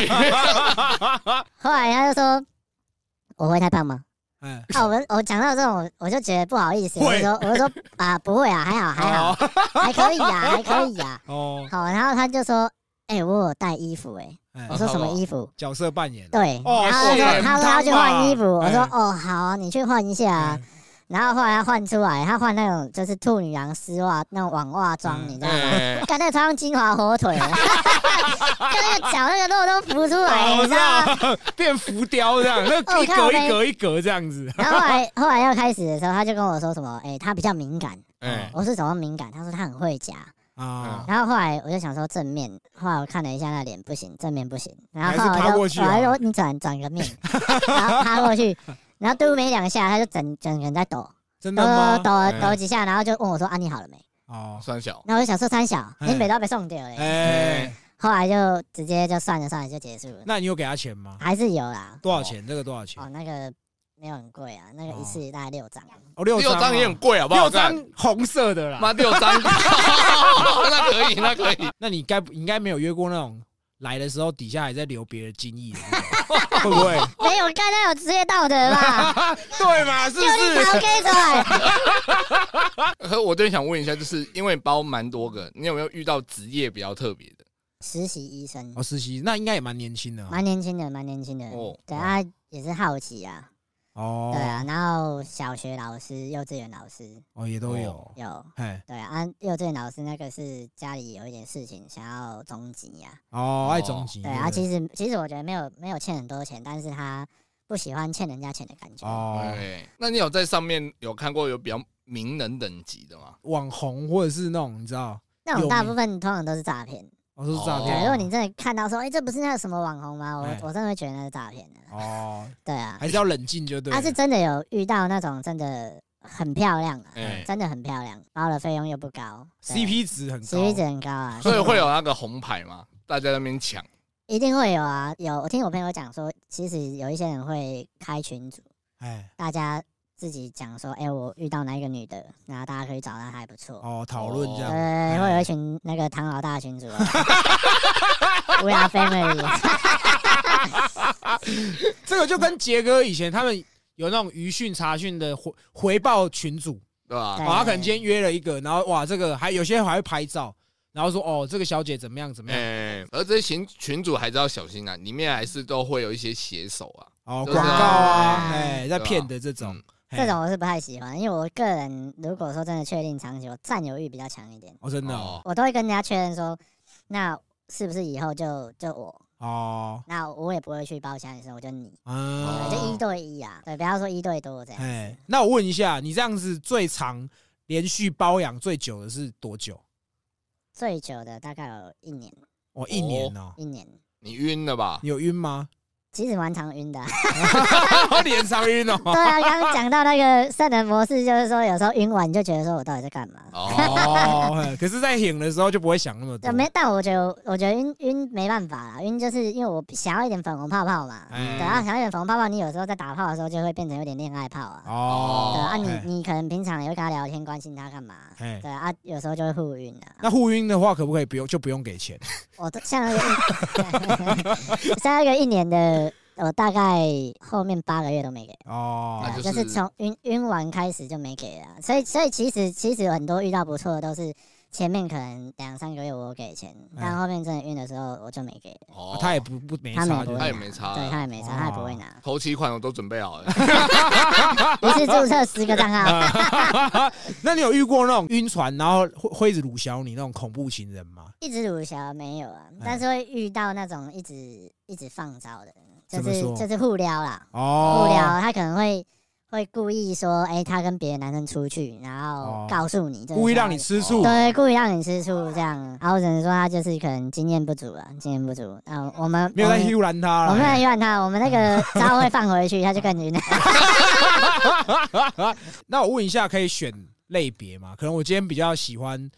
S3: 后来他就说。我会太胖吗？
S1: 哎，
S3: [laughs] 啊，我们我讲到这种，我就觉得不好意思，我
S1: 会
S3: 就说我就说啊，不会啊，还好还好，
S1: 哦
S3: 还可以啊，还可以
S1: [laughs]
S3: 啊。
S1: 哦，
S3: 好，然后他就说：“哎、我有带衣服哎、
S1: 哎
S3: 我说：“什么衣服
S1: 角色扮演？”。
S3: 对，
S1: 哦
S3: 然后他
S2: 是
S3: 说：“他说他要去换衣服。”我说
S1: 哎：“
S3: 哦，好啊，你去换一下啊。
S1: 嗯
S3: 然后后来他换出来，他换那种就是兔女郎丝袜那种网袜装，
S1: 嗯
S3: 你知道吗？
S2: [laughs] 哎，
S3: 干那个超像金华火
S1: [laughs]
S3: 腿，干那个脚那个肉都浮出来，
S1: 哦
S3: 你
S1: 我
S3: 知道吗？
S1: 知道， [laughs] 变浮雕这样，那
S3: 哦
S1: 一
S3: 靠
S1: 格
S3: 背
S1: 一格一格这样子。
S3: 然后后来后来要开始的时候，他就跟我说什么：“哎、他比较敏感。”
S2: 哎，
S3: 我说：“怎么敏感？”他说：“他很会夹。”
S1: 啊，
S3: 然后后来我就想说正面，后来我看了一下那脸不行，正面不行，然后
S1: 还是
S3: 后来
S1: 趴
S3: 我
S1: 过
S3: 就
S1: 去
S3: 我
S1: 啊
S3: 还说你转转
S1: [laughs]
S3: 个面，然后趴过去，然后嘟没两下，他就整整个人在抖，
S1: 真
S3: 抖
S1: 的吗？哎
S3: 抖
S2: 嗯
S3: 抖几下，然后就问我说啊你好了没？
S1: 哦，
S2: 算小，
S3: 然后我就想说三小，
S1: 嗯
S3: 你北都要被送掉嘞，
S1: 哎，
S3: 后来就直接就算了算了就结束了，
S1: 那你有给他钱吗？
S3: [laughs] 还是有啦，
S1: 多少钱？这个多少钱
S3: 哦？那个没有很贵啊，那个一次大概六
S1: [laughs]
S3: 张，
S1: 哦，六
S2: 六张
S1: 张
S2: 也很
S1: 哦
S2: 贵，好不好？
S1: 六张红色的啦。
S2: 妈六张， [laughs] 那可以，那可以。
S1: 那你该你应该没有约过那种来的时候底下还在流别人精液的那 [laughs] 种，会不会？
S3: 没有，刚才有职业道德吧？
S1: 对嘛？ [laughs] 是不
S3: 就你
S1: 是？
S3: 逃给出来， [laughs]
S2: 可我这边想问一下，就是因为你包蛮多个，你有没有遇到职业比较特别的？
S3: 实习医生。
S1: 哦，实习那应该也蛮年轻的哦
S3: 蛮年轻的，蛮年轻的。
S2: 哦
S3: 对
S1: 哦
S3: 啊，也是好奇啊，对
S1: 哦，
S3: 啊。然后小学老师、幼稚园老师
S1: 哦也都有
S2: 哦，
S3: 有，
S1: 哎，
S3: 对啊。幼稚园老师那个是家里有一点事情想要终极呀，
S1: 哦爱终极，
S3: 对啊。
S1: 不
S3: 其实其实我觉得没有没有欠很多钱，但是他不喜欢欠人家钱的感觉。
S1: 哦，
S2: 哎，那你有在上面有看过有比较名人等级的吗？
S1: 网红或者是那种你知道，
S3: 那种
S1: 有
S3: 大
S1: 名
S3: 部分通常都是诈骗。
S1: 哦都是诈
S2: 哦
S3: 对，
S1: 骗。
S3: 如果你真的看到说，哎，这不是那个什么网红吗？我
S1: 哎
S3: 我真的会觉得那是诈骗的。
S1: 哦，
S3: 对啊，
S1: 还是要冷静就对了。
S3: 他啊是真的有遇到那种真的很漂亮啊，
S2: 哎
S3: 真的很漂亮，包的费用又不高对啊
S1: CP 值很高
S3: CP 值很高啊，
S2: 所以会有那个红牌吗？大家在那边抢
S3: [laughs] 一定会有啊。有我听我朋友讲说，其实有一些人会开群组，
S1: 哎，
S3: 大家自己讲说，哎、我遇到哪一个女的，然后大家可以找她还不错。
S1: 哦，讨论这样。哎嗯
S3: 呃，会有一群那个唐老大群主、啊 [laughs] ，We
S1: [laughs]
S3: are family，
S1: 这个就跟杰哥以前他们有那种余讯查讯的回回报群组，
S2: 对吧、
S3: 对
S1: 哦，他可能今天约了一个，然后哇，这个还有些还会拍照，然后说哦，这个小姐怎么样怎么样，
S2: 哎、而这些群群主还是要小心啊，里面还是都会有一些写手啊。
S1: 哦，
S2: 就
S1: 广
S2: 是
S1: 告啊，
S3: 啊
S1: 哎，在骗的这种哎嘿
S2: 嗯，
S3: 这种我是不太喜欢，因为我个人如果说真的确定长久，占有欲比较强一点，
S1: 哦，真的哦，
S2: 哦，
S3: 我都会跟人家确认说，那是不是以后就就我？
S1: 哦，
S3: 那我也不会去包其他女生，我就你，
S1: 啊
S3: 对，就一对一啊，对，不要说一对多这样。
S1: 哎，那我问一下，你这样子最长连续包养最久的是多久？
S3: 最久的大概有一年，
S1: 哦，一年哦，
S3: 一年，
S2: 你晕了吧？
S1: 你有晕吗？
S3: 其实蛮
S1: [laughs]
S3: 常晕的啊、
S1: 脸上晕哦。
S3: 对啊，刚刚讲到那个圣人模式，就是说有时候晕完就觉得说我到底在干嘛？
S2: 哦，
S1: [laughs] 哦，嘿可是，在醒的时候就不会想那么多
S3: 但。没，但我觉得，我觉得晕晕没办法啦，晕就是因为我想要一点粉红泡泡嘛，
S1: 哎
S3: 对啊，想要一点粉红泡泡，你有时候在打炮的时候就会变成有点恋爱泡啊，对
S1: 哦，
S3: 啊，你
S1: 哎
S3: 你可能平常也会跟他聊天，关心他干嘛，
S1: 哎
S3: 对啊，有时候就会互晕啊。
S1: 那互晕的话，可不可以不用就不用给钱？
S3: 我都像那个一 [laughs] 像那个一年的，我大概后面八个月都没给。
S1: 哦嗯
S2: 那
S3: 对
S2: 就
S3: 啊，就是
S2: 是
S3: 从晕晕完开始就没给了啊，所以所以其实其实有很多遇到不错的都是前面可能两三个月我有给钱，
S1: 嗯
S3: 但后面真的晕的时候我就没给了，
S1: 啊
S2: 哦
S1: 他也不不没
S3: 他
S1: 差
S3: 们
S1: 就
S3: 不会
S1: 是，
S2: 他
S3: 拿，
S2: 也没差
S3: 对他也没
S1: 哦
S3: 差，他也不会拿，
S2: 头期款我都准备好了，
S1: 哦
S3: 不是注册十个账号，
S1: 嗯那你有遇过那种晕船，然后会会一直辱小你那种恐怖情人吗？
S3: [laughs] 一直鲁小没有
S1: 嗯
S3: 啊，但是会遇到那种一直一直放招的，就
S1: 怎么
S3: 是
S1: 说
S3: 就是互撩啦，互
S1: 哦，
S3: 撩，他可能会。会故意说，哎、他跟别的男生出去，然后
S1: 哦
S3: 告诉你，就是
S1: 故意让
S3: 说
S1: 你吃醋。
S3: 对，故意让你吃醋这样。然后只能说他就是可能经验不足了，经验不足。然后我们
S1: 没有
S3: 我
S1: 在
S3: 们
S1: h 拦他
S3: 我
S1: 了
S3: 们。来怨他，我们那个招会放回去，他就 [laughs] 更晕了。
S1: 那我问一下，可以选类别吗？可能我今天比较喜欢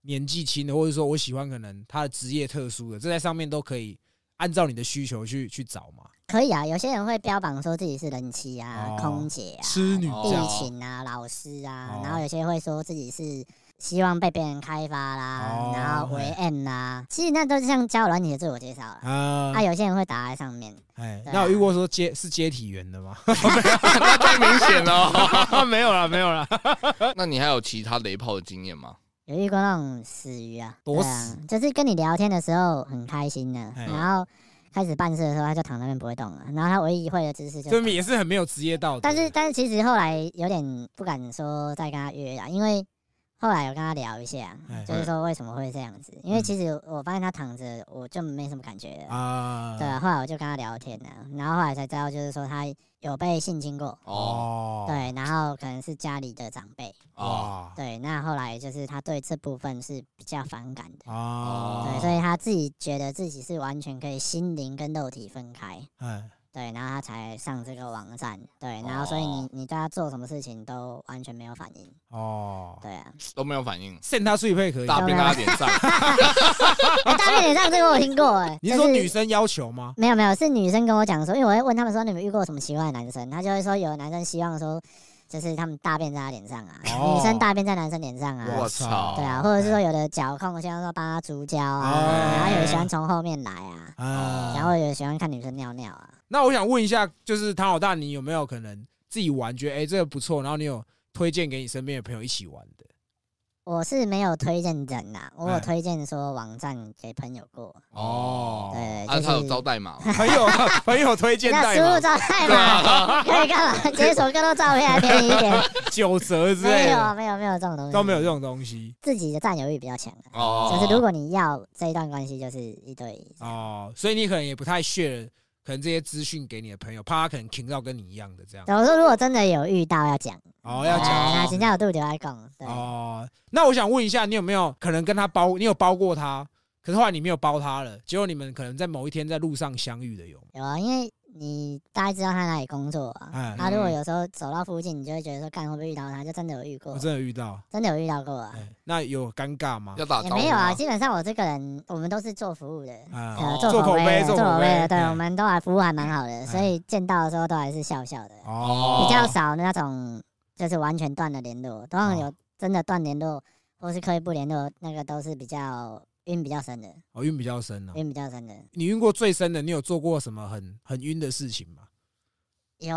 S1: 年纪轻的，或者说我喜欢可能他的职业特殊的，这在上面都可以按照你的需求去去找嘛。
S3: 可以啊，有些人会标榜说自己是人妻啊、
S1: 哦
S3: 空姐啊、
S1: 痴女
S2: 哦
S1: 这样
S3: 地勤啊、老师啊，
S1: 哦
S3: 然后有些会说自己是。希望被别人开发啦，
S1: 哦
S3: 然后为 M 啦，其实那都是像交友软体的自我介绍了。
S1: 啊
S3: 啊，，有些人会打在上面，
S1: 哎，
S3: 对啊
S1: 那我遇过说接是接体员的吗？
S2: 那太明显
S1: [laughs]
S2: 了。
S1: 没有啦，没
S3: [laughs]
S1: 有啦。
S2: 哦 [laughs] 那你还有其他雷炮的经验吗？
S3: 有遇过那种死鱼啊，
S1: 多
S3: 对啊
S1: 死，
S3: 就是跟你聊天的时候很开心的，
S1: 哎
S3: 然后开始办事的时候他就躺那边不会动了，然后他唯一会的姿势就
S1: 这也是很没有职业道德。
S3: 但是但是其实后来有点不敢说再跟他约啊，因为后来有跟他聊一下
S1: 哎，
S3: 就是说为什么会这样子，因为其实我发现他躺着我就没什么感觉了。
S1: 嗯啊，
S3: 对啊，后来我就跟他聊天了，然后后来才知道，就是说他有被性侵过，
S2: 哦
S1: 哦，
S3: 对，然后可能是家里的长辈，
S2: 哦，
S1: 哇
S3: 对，那后来就是他对这部分是比较反感的，
S1: 啊，
S3: 对，所以他自己觉得自己是完全可以心灵跟肉体分开，
S1: 哎，
S3: 对，然后他才上这个网站，对，然后所以你你对他做什么事情都完全没有反应，
S1: 哦，
S3: 对
S1: [laughs]
S3: 啊，
S2: 都没有反应，
S1: 扇他碎配可以吗。
S2: 大便拉脸
S1: [laughs]
S2: 上，啊
S3: 哎大面脸上这个我听过、哎，
S1: 你
S3: 就是
S1: 说女生要求吗？
S3: 没有没有是女生跟我讲说，因为我会问他们说你们遇过什么奇怪的男生，他就会说有的男生希望说就是他们大便在他脸上啊，
S1: 哦
S3: 女生大便在男生脸上啊，
S2: 我操！
S3: 对啊，或者是说有的脚控，像说帮他足胶啊，
S1: 哎
S3: 然后有的喜欢从后面来啊，
S1: 啊，
S3: 然后有的喜欢看女生尿尿啊。
S1: 那我想问一下，就是唐老大，你有没有可能自己玩，觉得哎、诶这个不错，然后你有推荐给你身边的朋友一起玩的？
S3: 我是没有推荐人呐、我
S1: 哎
S3: 有推荐说网站给朋友过，
S2: 哦，
S3: 对
S2: 啊，
S3: 就是
S2: 他有招待码吗，
S1: 朋友 [laughs] 朋友推荐
S3: 那
S1: 代
S3: 输入
S1: 码
S3: 照片嘛，可以干嘛？解锁更多照片还便宜一点。
S1: 九折 [laughs] 之类
S3: 没有啊
S1: 的，
S3: 没有没有这种东西，
S1: 都没有这。种东西
S3: 自己的占有欲比较强啊、
S2: 哦，
S3: 就是如果你要这一段关系，就是一对一。
S1: 哦，所以你可能也不太 share 可能这些资讯给你的朋友，怕他可能听到跟你一样的这样。
S3: 对，我说如果真的有遇到要讲，
S1: 哦，要讲
S3: 哎那请教有度留来讲。对，
S1: 哦，那我想问一下，你有没有可能跟他包，你有包过他，可是后来你没有包他了，结果你们可能在某一天在路上相遇的有吗？
S3: 有啊，因为你大概知道他哪里工作啊。
S1: 哎，
S3: 他如果有时候走到附近，你就会觉得说，干会不会遇到他？就真的有遇过
S1: 我，真的遇到，
S3: 真的有遇到过啊。
S1: 哎，那有尴尬吗？
S2: 要打
S3: 也
S2: 招呼
S3: 没有啊，
S2: 吗
S3: 基本上我这个人，我们都是做服务的，
S1: 啊
S3: 呃，
S2: 哦
S1: 做
S3: 口
S1: 口碑嗯
S3: 的
S1: 做
S3: 做
S1: 口
S3: 口碑
S1: 碑
S3: 的，对，
S1: 哎
S3: 我们都还服务还蛮好的，所以见到的时候都还是笑笑的，
S1: 哦，
S3: 比较少那种就是完全断了联络，通常
S1: 哦
S3: 有真的断联络或是刻意不联络，那个都是比较晕比较深的，
S1: 哦，晕比较深哦。
S3: 晕比较深的。
S1: 你晕过最深的，你有做过什么很很晕的事情吗？
S3: 有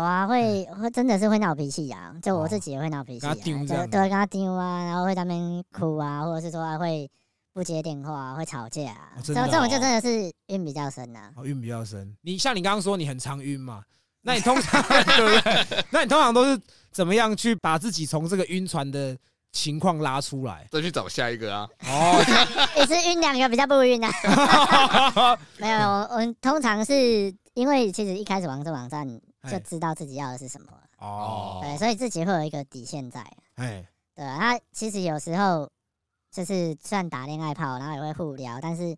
S1: 嗯
S3: 啊，会会真的是会闹脾气啊，就我自己也会闹脾气、啊，
S1: 哦跟他丢
S3: 就
S1: 这样
S3: 对
S1: 子
S3: 跟他丢啊，然后会在那边哭啊，或者是说会不接电话、啊，会吵架啊，
S1: 哦
S3: 这
S1: 真的哦
S3: 种这种就真的是晕比较深啊。
S1: 哦，晕比较深。你像你刚刚说你很常晕嘛，那你 [laughs] 通常对不对？那你通常都是怎么样去把自己从这个晕船的情况拉出来。
S2: 再去找下一个啊。
S3: [laughs]
S1: 哦，
S3: 一次晕两个比较
S1: [laughs]
S3: 不晕啊。没有，我我们通常是因为其实一开始玩这网站就
S1: 哎
S3: 知道自己要的是什么了，
S1: 哦，
S3: 对，所以自己会有一个底线在。
S1: 哎，
S3: 对啊，那其实有时候就是虽然打恋爱炮，然后也会互聊，但是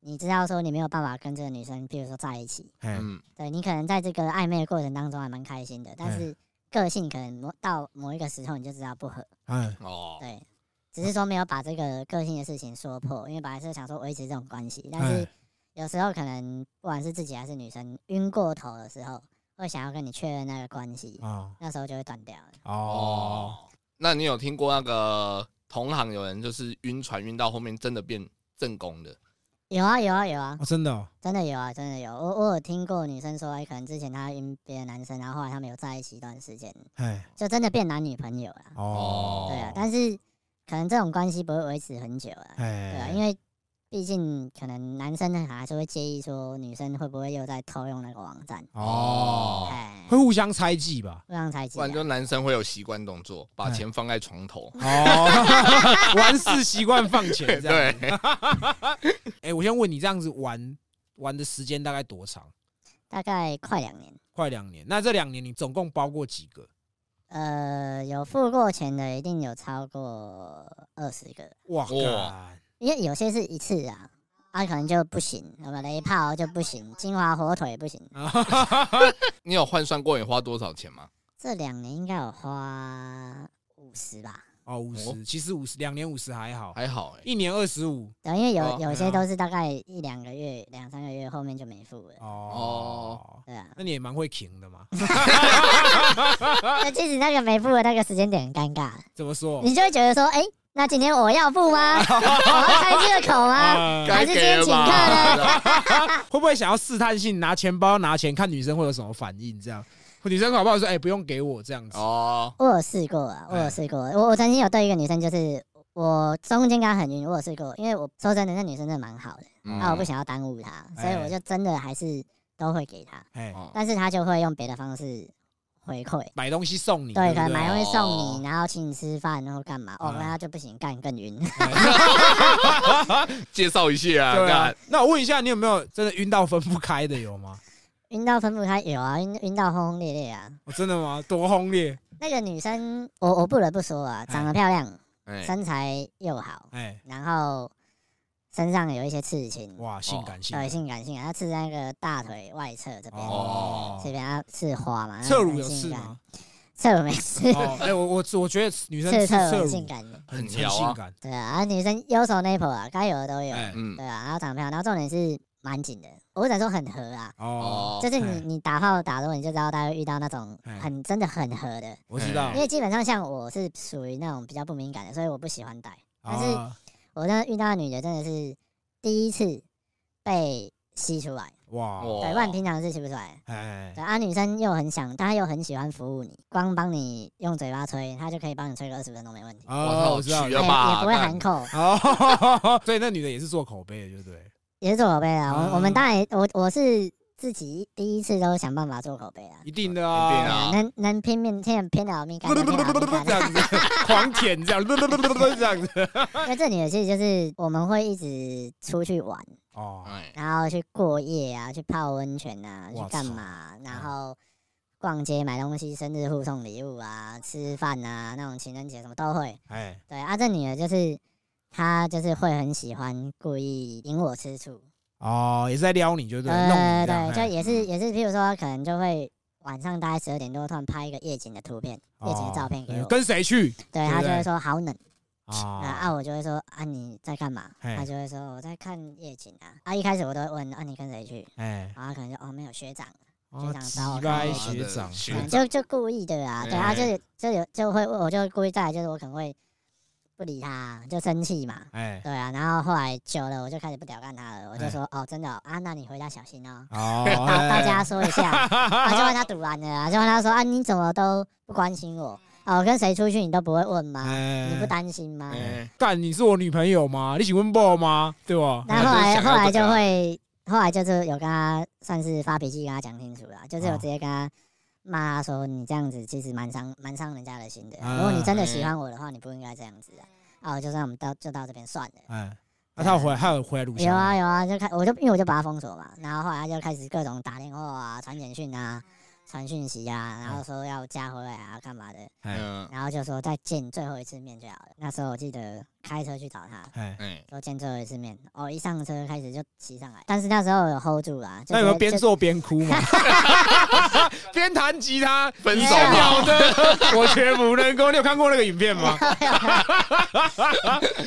S3: 你知道说你没有办法跟这个女生，比如说在一起，
S1: 哎，
S2: 嗯，
S3: 对你可能在这个暧昧的过程当中还蛮开心的，但
S1: 嗯
S3: 是个性可能某到某一个时候你就知道不合，
S1: 哎，
S2: 哦，
S3: 对，只是说没有把这个个性的事情说破，因为本来是想说维持这种关系，但是
S1: 哎
S3: 有时候可能不管是自己还是女生晕过头的时候，会想要跟你确认那个关系，
S1: 哦，
S3: 那时候就会断掉了。
S1: 哦，
S2: 哦，那你有听过那个同行有人就是晕船晕到后面真的变正宫的？
S3: 有啊有啊有啊，
S1: 哦真的哦，
S3: 真的有啊真的有，我我有听过女生说，哎，可能之前她晕别的男生，然后后来他们有在一起一段时间，
S1: 哎，
S3: 就真的变男女朋友了。
S1: 哦，
S3: 对啊，但是可能这种关系不会维持很久啊。对啊，因
S1: 哎，
S3: 为毕竟可能男生还是会介意说女生会不会又在偷用那个网站，
S1: 哦，
S3: 哎、
S1: 会互相猜忌吧？
S3: 不让猜啊忌、
S2: 不然就男生会有习惯动作，把钱放在床头。
S1: 哦，
S2: [laughs]
S1: 玩事习惯放钱嗯这样。
S2: 对，
S1: 哎，我先问你，这样子玩玩的时间大概多长？
S3: 大概快两年。
S1: 快两年。那这两年你总共包过几个？
S3: 呃，有付过钱的一定有超过二十个，
S1: 哇，
S2: 哇
S1: 干
S3: 因为有些是一次啊，啊可能就不行，什么雷炮就不行，金华火腿不行。
S2: 你有换算过你花多少钱
S1: [laughs]
S2: 吗？
S3: 这两年应该有花五十吧，
S1: 哦，五
S2: 哦
S1: 十，其实五十，两年五十还好，
S2: 还好哎、
S1: 一年二十五。
S3: 对，因为有
S2: 哦
S1: 对
S3: 有
S1: 啊
S3: 些都是大概一两个月、两三个月后面就没付了，
S1: 哦，
S3: 对啊。
S1: 那你也蛮会停的
S2: [laughs]
S1: 嘛？
S3: 那其实那个没付的那个时间点很尴尬，
S1: 怎么说？
S3: 你就会觉得说，哎、那今天我要付吗？我要开这个口吗？
S1: 啊
S3: 还是今天
S2: 该给
S3: 请
S2: 了
S3: 客呢？
S2: 吧？
S1: 会不会想要试探性拿钱包拿钱，看女生会有什么反应？这样，女生搞不好说：“哎、不用给我这样子。
S2: [laughs] 哦，
S3: 我有试过啊，
S2: 哎
S3: 我有试过，我我曾经有对一个女生，就是我中间跟她很晕，我有试过，因为我说真的，那女生真的蛮好的，啊
S2: 嗯哎
S3: 那我哦不想要耽误她，所以我就真的还是都会给她，
S1: 哎、
S2: 哦
S3: 但是她就会用别的方式回馈。
S1: 买东西送你，
S3: 对，
S1: 对
S3: 可能
S1: 不
S3: 买
S1: 对？
S3: 东西
S2: 哦
S3: 送你，然后请你吃饭，然后干嘛？哦
S1: 嗯，
S3: 那就不行，干更晕。 [laughs]
S1: 哎
S2: 介绍一下啊，
S1: 对啊
S2: 干。
S1: 那我问一下，你有没有真的晕到分不开的有吗？ [laughs]
S3: 晕到分不开有啊，晕晕到轰轰烈烈啊。
S1: 哦、真的吗？多轰烈！
S3: 那个女生，我我不得不说啊，长得漂亮，
S2: 哎、
S3: 身材又好，
S1: 哎、
S3: 然后身上有一些刺青，
S1: 哇，性感性
S3: 对，
S1: 感，
S3: 性感性感，她刺在那个大腿外侧这边，
S1: 哦
S3: 这边她刺花嘛，
S1: 侧乳有
S3: 很
S1: 刺
S3: 性感，
S1: 吗？
S3: [laughs] 侧乳没刺， [laughs]
S1: 哦，哎、我我我觉得女生
S3: 刺
S1: 刺
S3: 侧乳
S1: 侧
S3: 很
S1: 乳
S3: 性感的，
S1: 很很
S2: 很撩啊
S1: 性感，
S3: 对啊，啊女生右手那一 e 啊，该有的都有，
S1: 哎、
S2: 嗯，
S3: 对啊，然后长得漂亮，然后重点是蛮紧的，我只能说很合啊。
S1: 哦，
S2: 哦，
S3: 就是
S1: 哎
S3: 你你打炮打多，你就知道大家会遇到那种
S1: 哎哦
S3: 很真的很合的，
S1: 我知道
S3: 因，
S2: 哎
S3: 为基本上像我是属于那种比较不敏感的，所以我不喜欢戴。但是
S1: 啊
S3: 我那遇到的女的真的是第一次被吸出来，
S2: 哦
S1: 哇，
S3: 对，不然平常是吸不出来。
S1: 哎、
S3: 对啊，女生又很想，但她又很喜欢服务你，光帮你用嘴巴吹，她就可以帮你吹个二十分钟没问题，
S2: 哇那
S1: 哦，
S2: 我
S1: 我知道
S2: 去
S1: 了
S2: 要
S3: 哎
S2: 吧
S3: 也不会
S2: 干
S3: 喊口，
S1: 哦， [laughs] 所以那女的也是做口碑的，对不对？
S3: 也是做口碑啊。
S1: 啊
S3: 我我们当然也，我我是自己第一次都想办法做口碑啊。
S1: 一定的啊，
S2: 一定啊啊
S3: 能能拼命拼拼得了命干，
S1: 噜噜
S3: 能
S1: 噜
S3: 拼
S1: 噜
S3: 得了
S1: 噜
S3: 命
S1: 噜 [laughs]
S3: 干
S1: 这。样
S3: [laughs]
S1: 子，狂舔这样，噜噜噜噜噜 [laughs] 噜这样子。
S3: 那这里的其实就是我们会一直出去玩，
S1: 哦，
S2: 哎，
S3: 然后去过夜啊，去泡温泉啊，去
S1: 哇嗯
S3: 干
S1: 操
S3: 嘛，然后逛街买东西、生日互送礼物啊、吃饭啊，那种情人节什么都会。
S1: 哎，
S3: 对啊，这女的就是她就是会很喜欢故意引我吃醋，
S1: 哦，也是在撩你，就对，弄你
S3: 对
S1: 这样
S3: 呃对，就
S1: 哎
S3: 也是也是，譬如说可能就会晚上大概十二点多突然拍一个夜景的图片、夜景的照片给
S1: 哦
S3: 我，
S1: 跟谁去
S3: 对
S1: 对
S3: 她就
S1: 对
S3: 会说好冷。啊
S1: 啊？
S3: 啊，我就会说啊你在干嘛？
S1: 嘿
S3: 他就会说我在看夜景啊。啊，一开始我都会问啊你跟谁去，
S1: 哎，
S3: 然后可能就哦没有学长，
S1: 哦
S3: 学长找我
S1: 鸡掰
S3: 开
S2: 始
S1: 学长，
S2: 学
S3: 可
S1: 哎
S3: 能就就故意的啊，对
S2: 嘿
S3: 啊，就有就有就会我就故意再来就是我可能会不理他，就生气嘛，
S1: 哎，
S3: 对啊，然后后来久了我就开始不屌干他了，我就说哦真的哦啊，那你回家小心哦。
S1: 哦，
S3: 大
S1: 哎
S3: 大家说一下，啊，就问他堵完了啊，就问他说啊，你怎么都不关心我啊？我跟谁出去你都不会问吗？
S1: 哎
S3: 你不担心吗？
S2: 哎
S1: 干你是我女朋友吗？你喜欢我吗？对吧？
S3: 那
S2: 那
S3: 后
S2: 就是
S3: 来
S2: 想要
S3: 后
S2: 这
S3: 来就
S2: 个啊
S3: 会，后来就是有跟他算是发脾气跟他讲清楚了，就是有
S1: 哦
S3: 直接跟他骂他说你这样子其实蛮伤蛮伤人家的心的。
S1: 啊
S3: 如果你真的喜欢我的话，你不应该这样子啊。啊，我就算我们到就到这边算了。
S1: 哎，那他有回他有回来录像
S3: 有啊
S1: 吗，
S3: 有啊，就开我就因为我就把他封锁嘛，然后后来他就开始各种打电话啊、传简讯啊、传讯息啊，然后
S1: 嗯
S3: 说要加回来啊、干嘛的，
S1: 哎
S2: 嗯，
S3: 然后就说再见最后一次面就好了。那时候我记得开车去找他，
S1: 哎，
S2: 哎，
S3: 说见最后一次面，哦，一上车开始就骑上来，但是那时候有 hold 住啦，就
S1: 那有没有
S3: 直接
S1: 边
S3: 就
S1: 做边哭
S3: [laughs]
S1: 嘛？边弹吉他，
S2: 分手
S1: 一
S2: 吧，
S1: 秒的，我绝无能够。你有看过那个影片吗？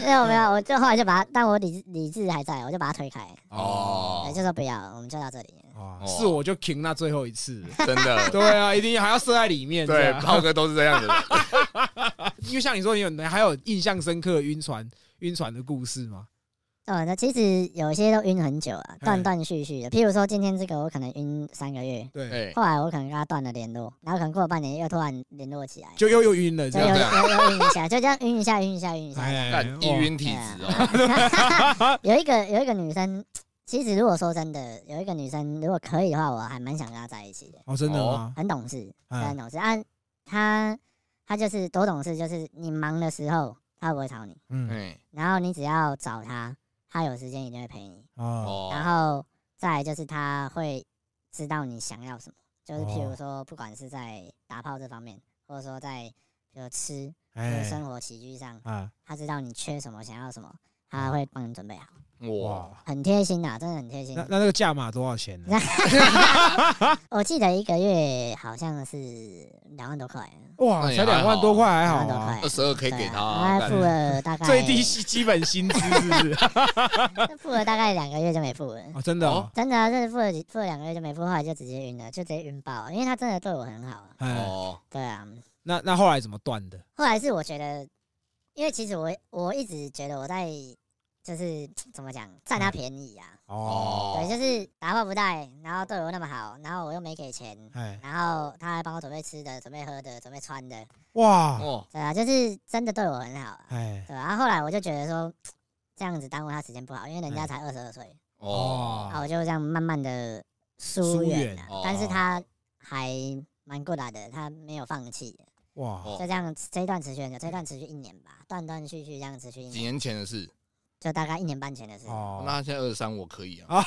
S3: 没有没有，我就后来就把他，但我理智理智还在，我就把他推开，对，
S2: 哦，
S3: 就说不要，我们就到这里。
S1: 哦
S2: 哦
S1: 是我就停那最后一次。
S2: 真的，
S1: 对啊，一定还要射在里面。
S2: 对
S1: 这，样
S2: 炮哥都是这样子的，
S1: 因为像你说，你有还有印象深刻的晕船晕船的故事吗？
S3: 哦，那其实有些都晕很久啊，
S1: 嗯
S3: 断断续续的。譬如说今天这个，我可能晕三个月，
S1: 对，
S2: 哎，
S3: [laughs] 后来我可能跟他断了联络，然后可能过了半年又突然联络起来，
S1: 就又又晕了这
S3: 就
S1: 样
S3: 又
S2: 这样
S3: 又又晕一下， [laughs] 就这样晕一下晕一下晕一下。
S1: 哎 [laughs]
S2: 哎干易晕体质哦，
S3: [laughs] 有一个有一个女生，其实如果说真的，有一个女生如果可以的话，我还蛮想跟她在一起的，
S1: 哦，真的吗？
S3: 很懂事，真的
S1: 哎
S3: 很懂事啊。她她就是多懂事，就是你忙的时候她不会吵你，
S1: 嗯
S2: 哎，
S3: 然后你只要找她，她有时间一定会陪你。
S1: 哦
S3: 然
S2: 哦，
S3: 后再来就是他会知道你想要什么，就是譬
S1: 哦
S3: 如说，不管是在打炮这方面，或者说在比如吃、比如
S1: 哎
S3: 生活起居上，
S1: 啊
S3: 他知道你缺什么、想要什么，他
S1: 哦
S3: 会帮你准备好，
S2: 哇，
S1: 哇！
S3: 很贴心啊，真的很贴心
S1: 那。那那个价码多少钱呢？
S3: [laughs] 我记得一个月好像是两万多块，
S1: 哇，
S2: 那也
S1: 才两
S2: 还
S1: 万
S2: 好
S1: 多块还
S3: 两
S1: 好
S3: 万多
S1: 啊，
S3: 块哎
S2: 二，十二 K
S3: 对
S2: 给
S3: 啊
S2: 他
S3: 然
S2: 啊，
S3: 后他付
S2: 干
S3: 了大概
S1: 最低基基本薪资是不是？
S2: [laughs]
S3: 付了大概两个月就没付了。
S1: 哦，真的哦，
S3: [laughs] 真的、啊，真的付了几付了两个月就没付，后来就直接晕了，就直接晕爆了，因为他真的对我很好啊。
S1: 哎，
S2: 哦，
S3: 对啊，
S1: 那那后来怎么断的？
S3: 后来是我觉得，因为其实我我一直觉得我在就是怎么讲占他便宜啊，
S1: 哦，
S3: 对，就是打炮不带，然后对我那么好，然后我又没给钱，
S1: 哎，
S3: 然后他还帮我准备吃的、准备喝的、准备穿的，
S1: 哇，
S2: 哦，
S3: 对啊，就是真的对我很好、啊，
S1: 哎，
S3: 对啊然后后来我就觉得说这样子耽误他时间不好，因为人
S1: 哎
S3: 家才二十二岁，
S2: 哦，
S3: 啊，我就这样慢慢的疏
S1: 疏
S3: 远了、
S1: 远
S2: 哦
S3: 但是他还蛮过来的，他没有放弃。
S1: 哇，
S2: 哦
S3: 就这样，这一段持续很久，
S1: 嗯
S3: 这一段持续一年吧，断断续续这样持续一
S2: 几
S3: 年，
S2: 年前的事，
S3: 就大概一年半前的事。
S1: 哦，
S2: 那他现在二十三，我可以啊，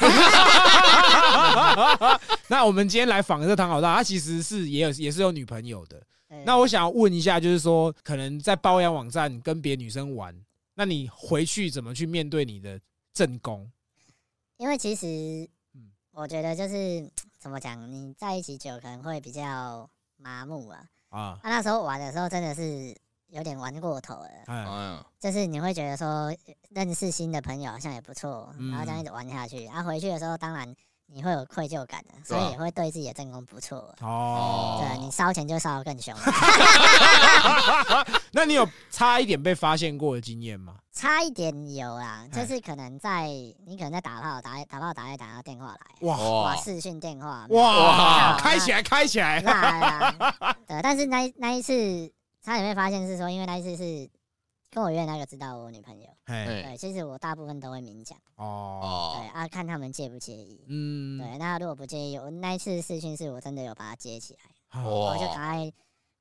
S1: [laughs] 那我们今天来访的这个唐老大，他其实是也有也是有女朋友的。
S3: 对
S1: 那我想要问一下，就是说，可能在包养网站跟别的女生玩，那你回去怎么去面对你的正宫？
S3: 因为其实
S1: 嗯，
S3: 我觉得就是怎么讲，你在一起久可能会比较麻木啊。
S1: 啊，
S3: 那、那时候玩的时候真的是有点玩过头了，
S1: 哎，
S2: 嗯，
S3: 就是你会觉得说认识新的朋友好像也不错，
S1: 嗯
S3: 然后这样一直玩下去，然、后回去的时候当然你会有愧疚感的、所
S2: 对啊
S3: 以也会对自己的正宫不错。啊
S1: 哦，
S3: 对你烧钱就烧得更凶，啊
S1: 那你有差一点被发现过的经验吗？
S3: 差一点有啦，
S1: 哎
S3: 就是可能在你可能在打炮，打打炮打一打，然后电话来，
S1: 哇
S3: 哇，
S2: 哇，
S3: 视讯电话，
S1: 哇，
S2: 哦哇
S1: 开起来，开起来！
S3: 辣啦，对，但是那一那一次差点被发现是说，因为那一次是跟我约的那个知道我女朋友，
S1: 哎，
S2: 哎，
S3: 对，其实我大部分都会明讲，
S1: 哦，
S3: 对
S2: 哦，
S3: 啊，看他们介不介意，
S1: 嗯，
S3: 对，那如果不介意，我那一次视讯是我真的有把它接起来，
S1: 哦，
S3: 我就赶
S2: 哇，
S3: 快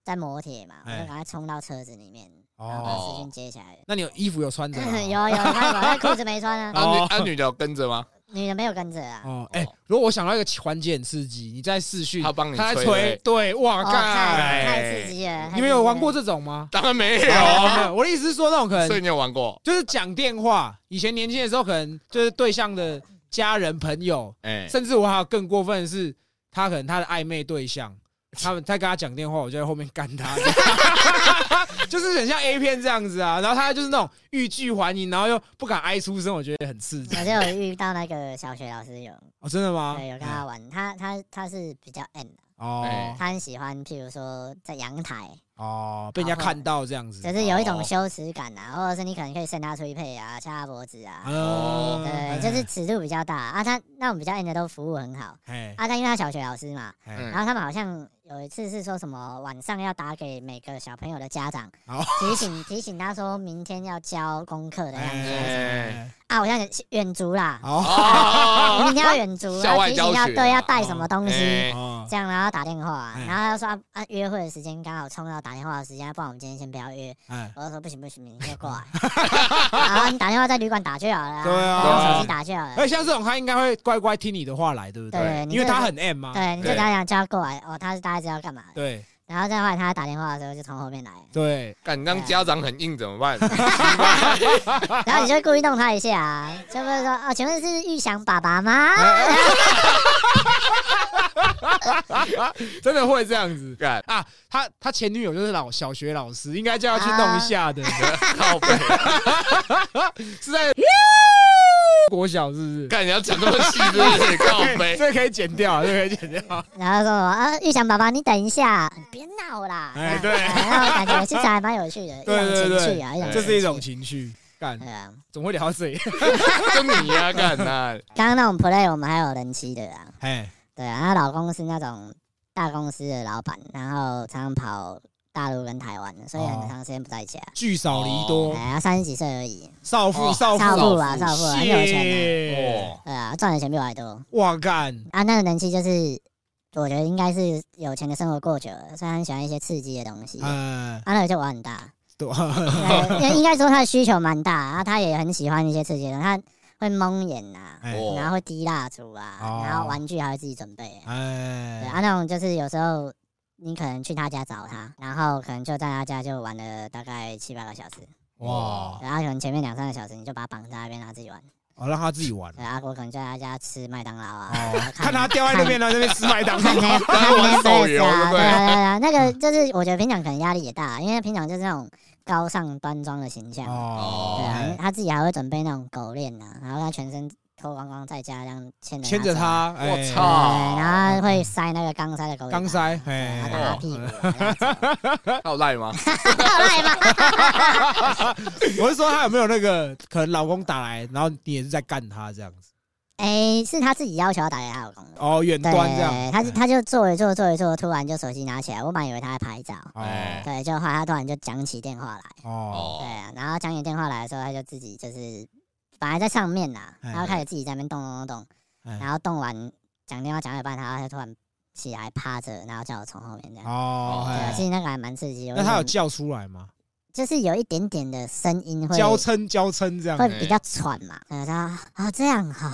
S3: 在磨铁嘛，我
S1: 哎
S3: 就赶快冲到车子里面，然后把
S1: 哦，
S3: 视讯接起来。
S1: 那你有衣服有穿着吗？
S3: [laughs] 有有，看我那裤子没穿啊，
S2: 那女那女的有跟着吗？
S3: 女的没有跟着啊。
S1: 哦，哎、
S2: 哦
S1: 如果我想到一个环节很刺激，你在试训，
S2: 他帮你
S1: 他在
S2: 吹
S1: 吹，对，哇
S3: 哦
S1: 靠！
S3: 太
S1: 哎
S3: 太刺激了！
S1: 你们有玩过
S3: 这？
S1: 这种吗？
S2: 当然没
S1: 没
S2: 有啊，
S1: 有，我的意思是说，那种可
S2: 所以
S1: 能
S2: 你有玩过？
S1: 就是讲电话。以前年轻的时候，可能就是对象的家人、朋友，
S2: 哎，
S1: 甚至我还有更过分的是，他可能他的暧昧对
S2: [laughs]
S1: 象，他们在跟他讲电话，我就在后面干他， [laughs] 就是很像 A 片这样子啊。然后他就是那种欲拒还迎，然后又不敢哀出声，我觉得很刺激
S3: 我。就有遇到那个小学老
S1: [laughs]
S3: 师有，
S1: 哦，真的吗？
S3: 对，哎有跟他玩，他他他是比较 N，的
S1: 哦
S2: 哎
S3: 他很喜欢，譬如说在阳台，
S1: 哦，被人家看到这样子，
S3: 就是有一种
S2: 哦
S3: 羞耻感啊，或者是你可能可以扇他吹配啊，掐他脖子啊，
S1: 哦，
S3: 对，就是尺度比较大啊。他那我们比较 N 的都服务很好
S1: 哎
S3: 啊，但因为他小学老师嘛，
S1: 哎，
S2: 嗯
S3: 然后他们好像有一次是说什么晚上要打给每个小朋友的家长
S1: 好，
S3: 提醒提醒他说明天要交功课的样子
S1: 哎，
S3: 啊，我想起远足啦，
S1: 好，
S2: 哦，
S3: 明天要远足，
S2: 校
S3: 要
S2: 外
S3: 提
S2: 教
S3: 醒要
S2: 学
S3: 对
S2: 啊
S3: 要带什么东西。
S2: 哎
S1: 哦
S3: 这样，然后打电话，
S1: 哎
S3: 然后他就说啊啊，约会的时间刚好冲到打电话的时间，不然我们今天先不要约。
S1: 哎，
S3: 我就说不行不行，明天就过
S2: [laughs]
S3: 来。然后你打电话在旅馆打就好了啊，
S1: 对啊
S3: 用手机打就好
S1: 而
S2: 哎
S3: 了。
S1: 且像这种他应该会乖乖听你的话来，对不
S3: 对你
S1: 因为
S3: 这个
S1: 他很 M 啊嘛，
S3: 对，你就
S2: 对
S3: 讲讲叫他过来哦，他是大概知道干嘛的。
S1: 对
S3: 然后再后来他打电话的时候就从后面来，
S2: [laughs]
S1: 对，
S2: 敢当家长很硬怎么办？
S3: 然后你就会故意弄他一下啊，就会说哦，请问是玉祥爸爸吗？
S1: [laughs] 真的会这样子
S2: 敢
S1: 啊。他他前女友就是老小学老师，应该叫他去弄一下的，
S2: [laughs]
S3: 啊
S2: 靠背，
S1: 是在国小是不
S2: [laughs]
S1: 是？
S2: 干你要讲那么细
S1: [laughs]
S2: 是不是？靠背，
S1: 这个可以剪掉，啊这个可以剪掉。
S3: 然后说什么啊，玉祥爸爸，你等一下，别闹啦。
S1: 哎
S3: 这样然后感觉其实还蛮有趣的，
S1: [laughs]
S3: 一
S1: 对对
S3: 种
S1: 对
S3: 情趣啊，一种
S1: 这是一种
S3: 情
S1: 情绪，干
S3: 趣。对啊，
S1: 总会聊到这里。
S2: 就你呀，干
S1: [laughs]
S2: 呐，
S3: 刚刚那种 play 我们还有人妻的啊，
S1: 哎，
S3: 对啊，她老公是那种大公司的老板，然后常常跑大陆跟台湾，所以
S1: 哦
S3: 很长时间不在家。
S1: 聚少离多，
S3: 哎，她三十几岁而已，
S1: 少妇
S2: 哦
S1: 少
S3: 少
S1: 妇，
S3: 妇啊，少妇啊，很有钱
S1: 谢，
S2: 哦，
S3: 的，对啊，赚的钱比我还多
S1: 哇干，
S3: 啊。那个人妻就是，我觉得应该是有钱的生活过久了，所以她很喜欢一些刺激的东西。啊，
S1: 嗯，
S3: 那个就玩很大，
S1: 对，
S3: 对应该说她的需求蛮大，然后她也很喜欢一些刺激的东西，她会蒙眼呐、
S1: 哎
S2: 哦
S3: 然后会滴蜡烛啊，
S1: 哦
S3: 然后玩具还会自己准备。对
S1: 哎，
S3: 啊，那种就是有时候你可能去他家找他，然后可能就在他家就玩了大概七八个小时，啊
S1: 哇，
S3: 然后可能前面两三个小时你就把他绑在那边让他自己玩，
S1: 哦，让他自己玩。
S3: 对啊，我可能就在他家吃麦当劳啊，
S1: 哦，
S3: 看
S1: 看他掉在那边，然后在那边吃麦当
S3: 看 [laughs]
S1: 劳。
S3: 那看
S2: 玩
S3: 那
S2: 手游对不
S3: 啊，对
S2: 对
S3: 啊对啊，那个就是我觉得平常可能压力也大，啊因为平常就是那种高尚端庄的形象，对
S1: 哦，
S3: 啊，
S1: 哎
S3: 他自己还会准备那种狗链啊，然后他全身脱光光在家这样牵着
S1: 牵着
S3: 走，啊
S1: 他，哎
S2: 我
S3: 对，
S2: 操
S3: 然后会塞那个钢塞的狗尾
S1: 钢
S3: 巴
S1: 塞，
S3: 对然后
S1: 哎，
S3: 打他
S2: 哦
S3: 屁股啊，这样子 [laughs]
S2: 还有赖吗？
S3: 赖吧？
S1: [laughs] 我是说他有没有那个可能老公打来，然后你也是在干他这样子，
S3: 哎，是他自己要求要打给他老公
S1: [laughs]
S3: 的。
S1: 哦，远
S3: 对
S1: 端这样，，哎
S3: 他就他就做一做做一做，突然就手机拿起来，我本来以为他在拍照，
S1: 哦
S2: 哎
S3: 对，就后来他突然就讲起电话来，
S1: 哦，
S2: 哦，
S3: 对啊，然后讲起电话来的时候，他就自己就是本来在上面啦，
S1: 哎
S3: 然后开始自己在那边动动动
S1: 哎
S2: 哦
S3: 动，然后动完讲电话讲到一半，然后他突然起来趴着，然后叫我从后面这样，
S1: 哦，
S3: 对啊，
S1: 哎
S3: 其实那个还蛮刺激，我
S1: 那他有
S3: 点
S1: 叫出来吗？
S3: 就是有一点点的声音会
S1: 娇嗔娇嗔这样，
S3: 会比较喘嘛，然后他啊这样哈，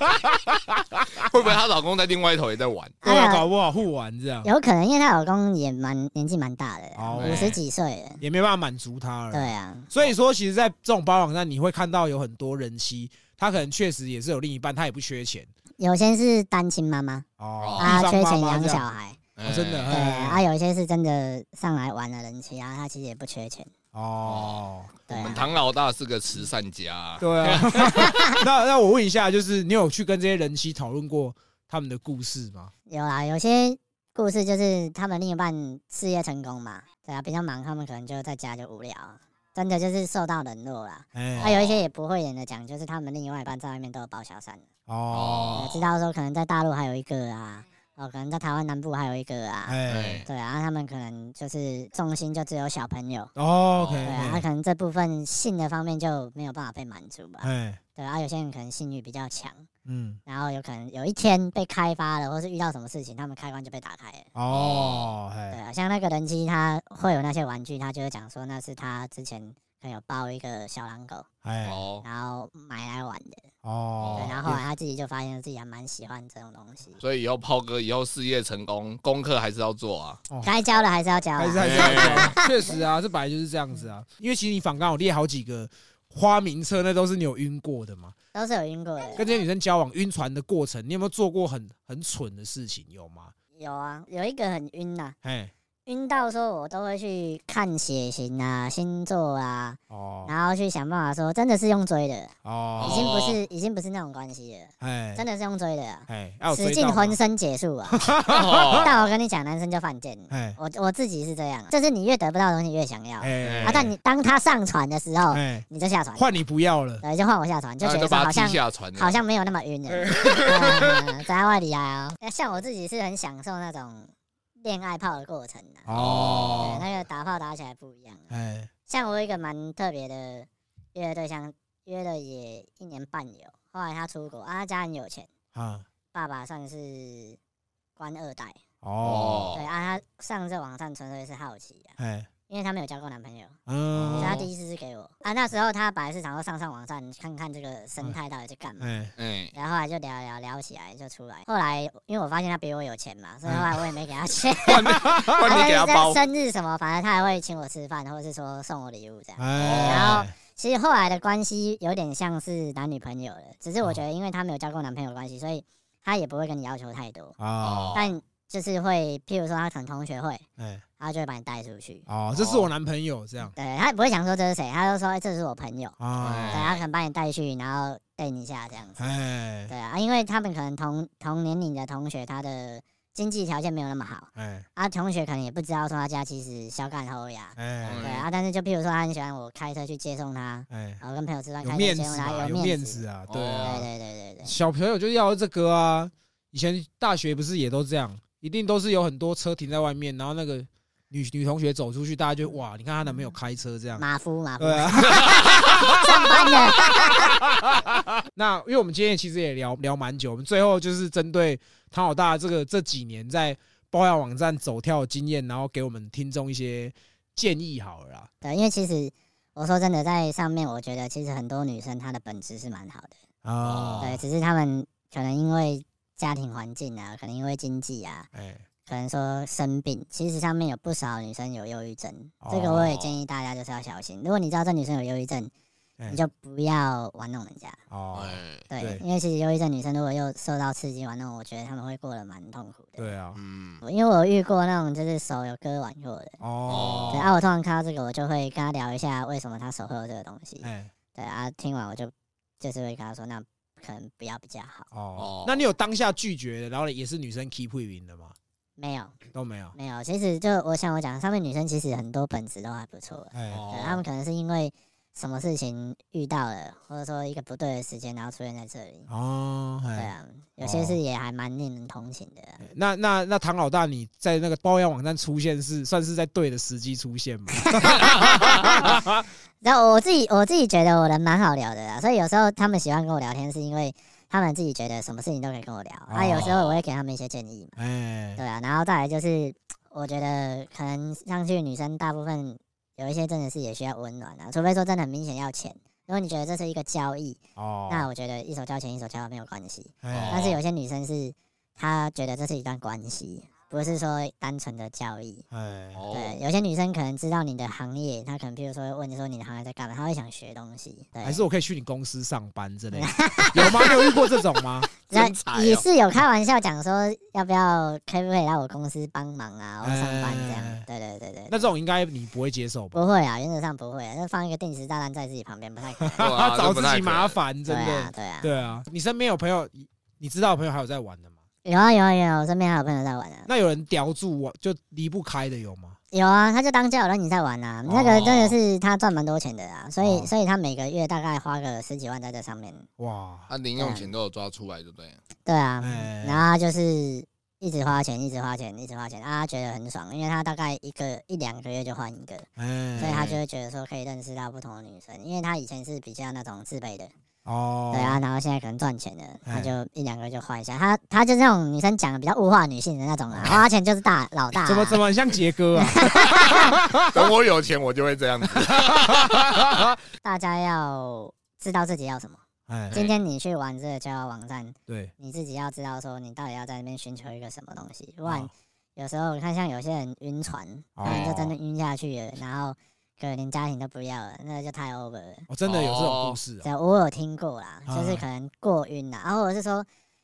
S2: [laughs] 会不会她老公在另外一头也在玩？
S1: 对
S3: 哎呀
S1: 啊，搞不好互玩这样，
S3: 有可能，因为她老公也蛮年纪蛮大的啦，
S1: 哦哎
S3: 五十几岁了。
S1: 也没办法满足他了。
S3: 对啊，
S1: 所以说，其实，在这种包网站，你会看到有很多人妻，她可能确实也是有另一半，她也不缺钱
S3: 有些是单亲妈妈，
S1: 哦，
S3: 啊，
S1: 地
S3: 缺
S1: 上
S3: 钱
S1: 妈妈
S3: 养
S1: 这
S3: 小
S1: 样，
S3: 孩，
S1: 哦真的
S3: 对
S1: 哎
S3: 啊，有些是真的上来玩了人妻啊，她其实也不缺钱，
S1: 哦，
S3: 对
S2: 我们
S3: 啊，
S2: 唐老大是个慈善家，
S1: 对啊。 [laughs] 那那我问一下，就是你有去跟这些人妻讨论过他们的故事吗？
S3: 有啦，有些故事就是他们另一半事业成功嘛，对啊，比较忙，他们可能就在家就无聊啊，真的就是受到冷落啦。还
S1: 哎，
S3: 有一些也不会演的讲，就是他们另外一半在外面都有包小三，
S1: 哦，
S3: 知道说可能在大陆还有一个啊，哦，可能在台湾南部还有一个啊，
S1: 哎，
S3: 对啊，他们可能就是重心就只有小朋友，
S1: 哦，OK，
S2: 对
S3: 对啊，他
S1: 哎
S3: 可能这部分性的方面就没有办法被满足吧。
S1: 哎，
S3: 对啊，有些人可能性欲比较强，
S1: 嗯，
S3: 然后有可能有一天被开发了，或是遇到什么事情，他们开关就被打开了。
S1: 哦，
S3: 对
S1: 哎，
S3: 啊，像那个人机，他会有那些玩具，他就会讲说那是他之前可能有抱一个小狼狗，
S1: 哎，
S2: 哦，
S3: 然后买来玩的。
S1: 哦哦
S3: 对，，然后后来他自己就发现自己还蛮喜欢这种东西，
S2: 所以以后炮哥以后事业成功，功课还是要做
S3: [laughs]
S2: 啊。
S1: 哦
S3: 该教的还是要教啊。
S1: 还是还是
S2: 哎
S1: 要确实啊，这本来就是这样子啊。因为其实你访刚有列好几个花名车，那都是你有晕过的嘛。
S3: 都是有晕过的。
S1: 跟这些女生交往晕船的过程，你有没有做过很很蠢的事情？有吗？
S3: 有啊，有一个很晕呐、
S1: 哎，
S3: 晕到说，我都会去看血型啊、星座啊，
S1: 哦
S3: 然后去想办法说，真的是用追的，已
S1: 哦，
S3: 经不是已经不是那种关系了，
S1: 哎
S3: 真的是用追的啊，
S1: 哎，啊有追
S3: 使尽
S1: 到吗
S3: 浑身解数啊。
S2: 哦
S3: 但我跟你讲，男生就犯贱，
S1: 哎
S3: 我我自己是这样，啊就是你越得不到的东西越想要啊，
S1: 哎
S2: 哎
S3: 但你当他上船的时候，
S1: 哎，
S3: 你就下船，
S1: 换你不要了，哦
S3: 对，就换我下船，就
S2: 啊
S3: 觉得
S2: 都
S3: 说
S2: 把
S3: 好
S2: 他
S3: 像
S2: 踢下船了，
S3: 好像没有那么晕了，嗯在外里啊、那像我自己是很享受那种恋爱泡的过程的、啊，对，
S1: 哦，
S3: 那个打炮打起来不一样、啊。
S1: 哎
S3: 像我有一个蛮特别的约的对象，约了也一年半有，后来他出国啊，他家很有钱，
S1: 啊，
S3: 爸爸算是官二代，
S1: 哦，
S3: 对啊，他上这网站纯粹是好奇啊，
S1: 哎，
S3: 因为他没有交过男朋友，所以
S1: 嗯，
S3: 他第一次是给我啊，那时候他本来是想说上上网站看看这个生态到底在干嘛。
S1: 哎
S2: 哎，
S3: 然后后来就聊聊聊起来，就出来。后来因为我发现他比我有钱嘛，所以后来我也没给他钱。
S2: 嗯 [laughs]
S3: [laughs]
S2: 换你给他包
S3: 在生日什么，反正他还会请我吃饭，或者是说送我礼物
S2: 嗯
S3: 这样。
S1: 哎，
S3: 然后其实后来的关系有点像是男女朋友了，只
S2: 哦
S3: 是我觉得因为他没有交过男朋友的关系，所以他也不会跟你要求太多。
S1: 哦，
S3: 但就是会，譬如说他可能同学会，
S1: 哎
S3: 他就会把你带出去。
S1: 哦，这是我男朋友这样
S3: 对他也不会想说这是谁，他就说、哎这是我朋友，对，
S2: 哎
S1: 啊，
S3: 他可能把你带去，然后带你一下这样子。
S1: 哎
S3: 对啊，因为他们可能同同年龄的同学，他的经济条件没有那么好，
S1: 哎
S3: 啊，同学可能也不知道说他家其实小干后呀，对
S1: 哎
S3: 啊，但是就譬如说他很喜欢我开车去接送他，
S1: 哎，
S3: 然后跟朋友吃饭
S1: 有
S3: 开
S1: 面子
S3: 车接送他，
S1: 啊，有
S3: 有
S1: 面
S3: 面，
S1: 子啊，
S2: 哦
S1: 对
S3: 对
S1: 啊，
S3: 对对对对，
S1: 小朋友就要这个啊，以前大学不是也都这样，一定都是有很多车停在外面，然后那个女女同学走出去，大家就哇，你看她男朋友开车这样，
S3: 马夫马夫
S1: 对啊。 [laughs]
S3: 上班的，
S1: 那因为我们今天其实也聊聊蛮久，我们最后就是针对唐老大这个这几年在包养网站走跳的经验，然后给我们听众一些建议好了啦。
S3: 对，因为其实我说真的，在上面我觉得其实很多女生她的本质是蛮好的，
S1: 啊
S3: 对，只是她们可能因为家庭环境啊，可能因为经济啊，
S1: 哎，
S3: 可能说生病，其实上面有不少女生有忧郁症，这个我
S1: 哦
S3: 也建议大家就是要小心。如果你知道这女生有忧郁症，
S1: 哎
S3: 你就不要玩弄人家，
S1: 哦，
S2: 哎，
S1: 对
S3: 对，因为其实忧郁症女生如果又受到刺激玩弄，我觉得她们会过得蛮痛苦的。
S1: 对啊，
S2: 嗯，
S3: 因为我有遇过那种就是手有割腕过的，
S1: 哦，
S3: 对啊，我通常看到这个我就会跟她聊一下为什么她手会有这个东西，
S1: 哎，
S3: 对啊，听完我就就是会跟她说那可能不要比较好，
S1: 哦
S2: 哦，
S1: 那你有当下拒绝的，然后也是女生 keep 赢的吗？
S3: 没有
S1: 都没有，
S3: 没有，其实就我想我讲上面女生其实很多本质都还不错的。
S1: 哎，
S2: 哦
S3: 对，他们可能是因为什么事情遇到了，或者说一个不对的时间，然后出现在这里。
S1: 哦，
S3: 对
S1: 哎，
S3: 啊，有些事也还蛮令人同情的啊、
S1: 那那那唐老大你在那个包养网站出现是算是在对的时机出现
S3: [laughs]
S1: 吗？
S3: 然后我自己我自己觉得我人蛮好聊的啊，所以有时候他们喜欢跟我聊天，是因为他们自己觉得什么事情都可以跟我聊。啊，有时候
S1: 哦
S3: 我会给他们一些建议嘛。
S1: 哎
S3: 对，啊，然后再来就是，我觉得可能上去女生大部分有一些真的是也需要温暖啊，除非说真的很明显要钱。如果你觉得这是一个交易，
S1: 哦，
S3: 那我觉得一手交钱一手交没有关系。
S1: 哎
S3: 但是有些女生是她觉得这是一段关系，不是说单纯的交易。
S1: 哎
S3: 对，
S2: 哦，
S3: 有些女生可能知道你的行业，她可能譬如说会问你说你的行业在干嘛，她会想学东西。对，
S1: 还是我可以去你公司上班之类的， [laughs] 有吗？你有遇过这种
S3: [laughs]
S1: 吗？
S3: 那
S2: 真才哦
S3: 也是有开玩笑讲说要不要可不可以来我公司帮忙啊，我上班这样
S1: 哎。
S3: 对对对对，
S1: 那这种应该你不会接受吧？
S3: 不会啊，原则上不会啊，就放一个定时炸弹在自己旁边不太可能。
S2: 对啊
S1: 找
S2: 这不
S1: 自
S2: 太
S1: 己
S2: 可能
S1: 麻烦，
S3: 对
S1: [laughs] 真
S3: 啊
S1: 的。
S3: 对啊，
S1: 对啊，你身边有朋友，你知道的朋友还有在玩的吗？
S3: 有啊有啊有啊，我身边还有朋友在玩啊。
S1: 那有人叼住我就离不开的有吗？
S3: 有啊，他就当交友软体在玩啊，那个真的是他赚蛮多钱的啊，所以、
S1: 哦
S3: 所以他每个月大概花个十几万在这上面。
S1: 哇，
S2: 他啊零用钱都有抓出来，对不对？
S3: 对啊，
S1: 哎
S3: 然后他就是一直花钱，一直花钱，一直花钱，啊，他觉得很爽，因为他大概一个一两个月就换一个，所以
S1: 哎，
S3: 他就会觉得说可以认识到不同的女生，因为他以前是比较那种自卑的，
S1: 哦，
S3: 对啊，然后现在可能赚钱了，他
S1: 哎
S3: 就一两个月就换一下，他他就是那种女生讲的比较物化女性的那种啊，花钱就是大老大啊、
S1: 哎怎么怎么很像杰哥啊？哎
S2: [laughs] 等我有钱，我就会这样子。
S3: 大家要知道自己要什么。
S1: 哎，
S3: 今天你去玩这个交友网站，
S1: 对，
S3: 你自己要知道说你到底要在那边寻求一个什么东西，不然
S1: 哦
S3: 有时候你看像有些人晕船，
S1: 哦
S3: 他们就真的晕下去了，然后可能连家庭都不要了，那就太 over 了。
S1: 我真的有这种故事啊。
S3: 这我有听过啦，
S1: 啊
S3: 就是可能过晕啦，然后或者是说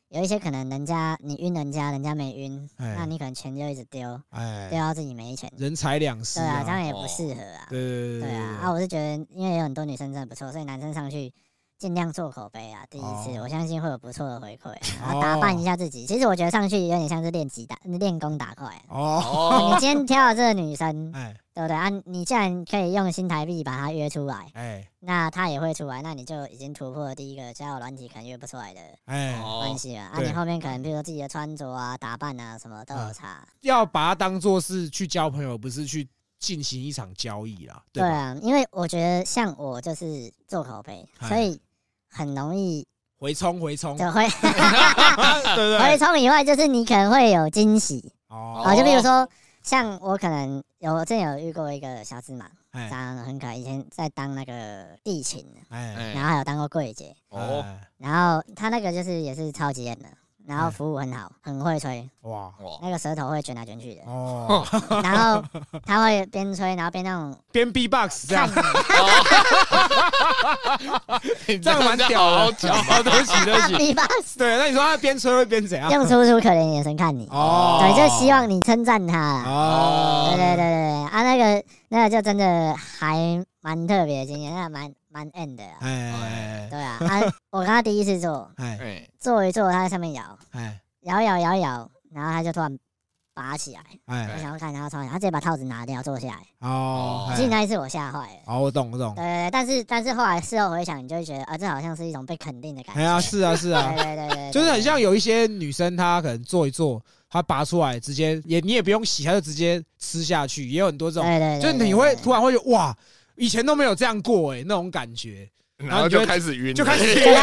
S3: 有一些可能人家你晕人家，人家没晕，
S1: 哎
S3: 那你可能钱就一直丢，
S1: 哎
S3: 丢，到自己没钱，
S1: 人财两失
S3: 对啊，这样也
S2: 哦
S3: 不适合啊。
S1: 对对对
S3: 对啊，啊，我是觉得，因为有很多女生真的不错，所以男生上去尽量做口碑啊。第一次，
S1: 哦
S3: 我相信会有不错的回馈，啊然
S1: 哦
S3: 后打扮一下自己。其实我觉得上去有点像是练级打练功打怪
S1: [laughs]
S3: 啊。
S1: 哦，
S3: 你
S2: 哦，
S3: 今天挑的这个女生，
S1: 哎
S3: 对不对啊？你既然可以用新台币把她约出来，
S1: 哎
S3: 那她也会出来，那你就已经突破了第一个交友软体可能约不出来的
S1: 哎，
S3: 关
S2: 哦，
S3: 系了。啊，
S1: 对嗯
S3: 你后面可能比如说自己的穿着啊、打扮啊什么都有差。
S1: 要把它当做是去交朋友，不是去进行一场交易啦，
S3: 对
S1: 吧？
S3: 啊，因为我觉得像我就是做口碑，
S1: 哎
S3: 所以很容易
S1: 回冲回冲，对
S3: 就会。
S1: 不对
S3: 回？冲以外，就是你可能会有惊喜
S1: 哦，
S3: 啊、就比如说像我可能有我之前有遇过一个小芝麻，
S1: 哎
S3: 长得很可爱，以前在当那个地勤，
S1: 哎
S3: 然后还有当过柜姐，
S2: 哦，
S1: 哎
S3: 然后他那个就是也是超级艳的，然
S1: 哎
S3: 后服务很好，很会吹，
S1: 哇
S2: 哇，
S3: 那个舌头会卷来卷去的，
S1: 哦，
S3: 然后他会边吹然后边那种
S1: 边 B box 这样
S3: 看，你，
S1: 这样蛮屌
S2: 好
S1: 的，
S2: 屌，
S1: 哦，对不 [laughs] 起对不起，
S3: 比方说
S1: 对，那你说他边吹会边怎样？
S3: [laughs] 用楚楚可怜的眼神看你，
S1: 哦，
S3: 对，就是希望你称赞他啦。
S1: 哦，
S3: 对对对对对啊，那个那个就真的还蛮特别的经验，那蛮蛮 N 的啊、
S1: 哎
S3: 对啊，啊，我跟他第一次做，
S1: 哎哎
S2: 哎，
S3: 做一做，他在上面摇，
S1: 哎
S3: 摇一摇摇一摇，然后他就突然拔起来，我
S1: 哎
S3: 想要看他穿，他直接把套子拿掉坐下来。
S1: 哦，
S3: 其实那一次我吓坏了，
S1: 好，我懂我懂
S3: 对，对对，但是但是后来事后回想，你就会觉得啊，这好像是一种被肯定的感
S1: 哎
S3: 觉。
S1: 呀，是啊是啊
S3: 对，对对对，对
S1: 就是很像有一些女生，她可能做一做，她拔出来直接也你也不用洗，她就直接吃下去，也有很多这
S3: 对
S1: 种，
S3: 对对，
S1: 就是
S3: 对
S1: 你会突然会觉得哇，以前都没有这样过哎、那种感觉，
S2: 然后就开始晕了，
S1: 就开始
S3: 对对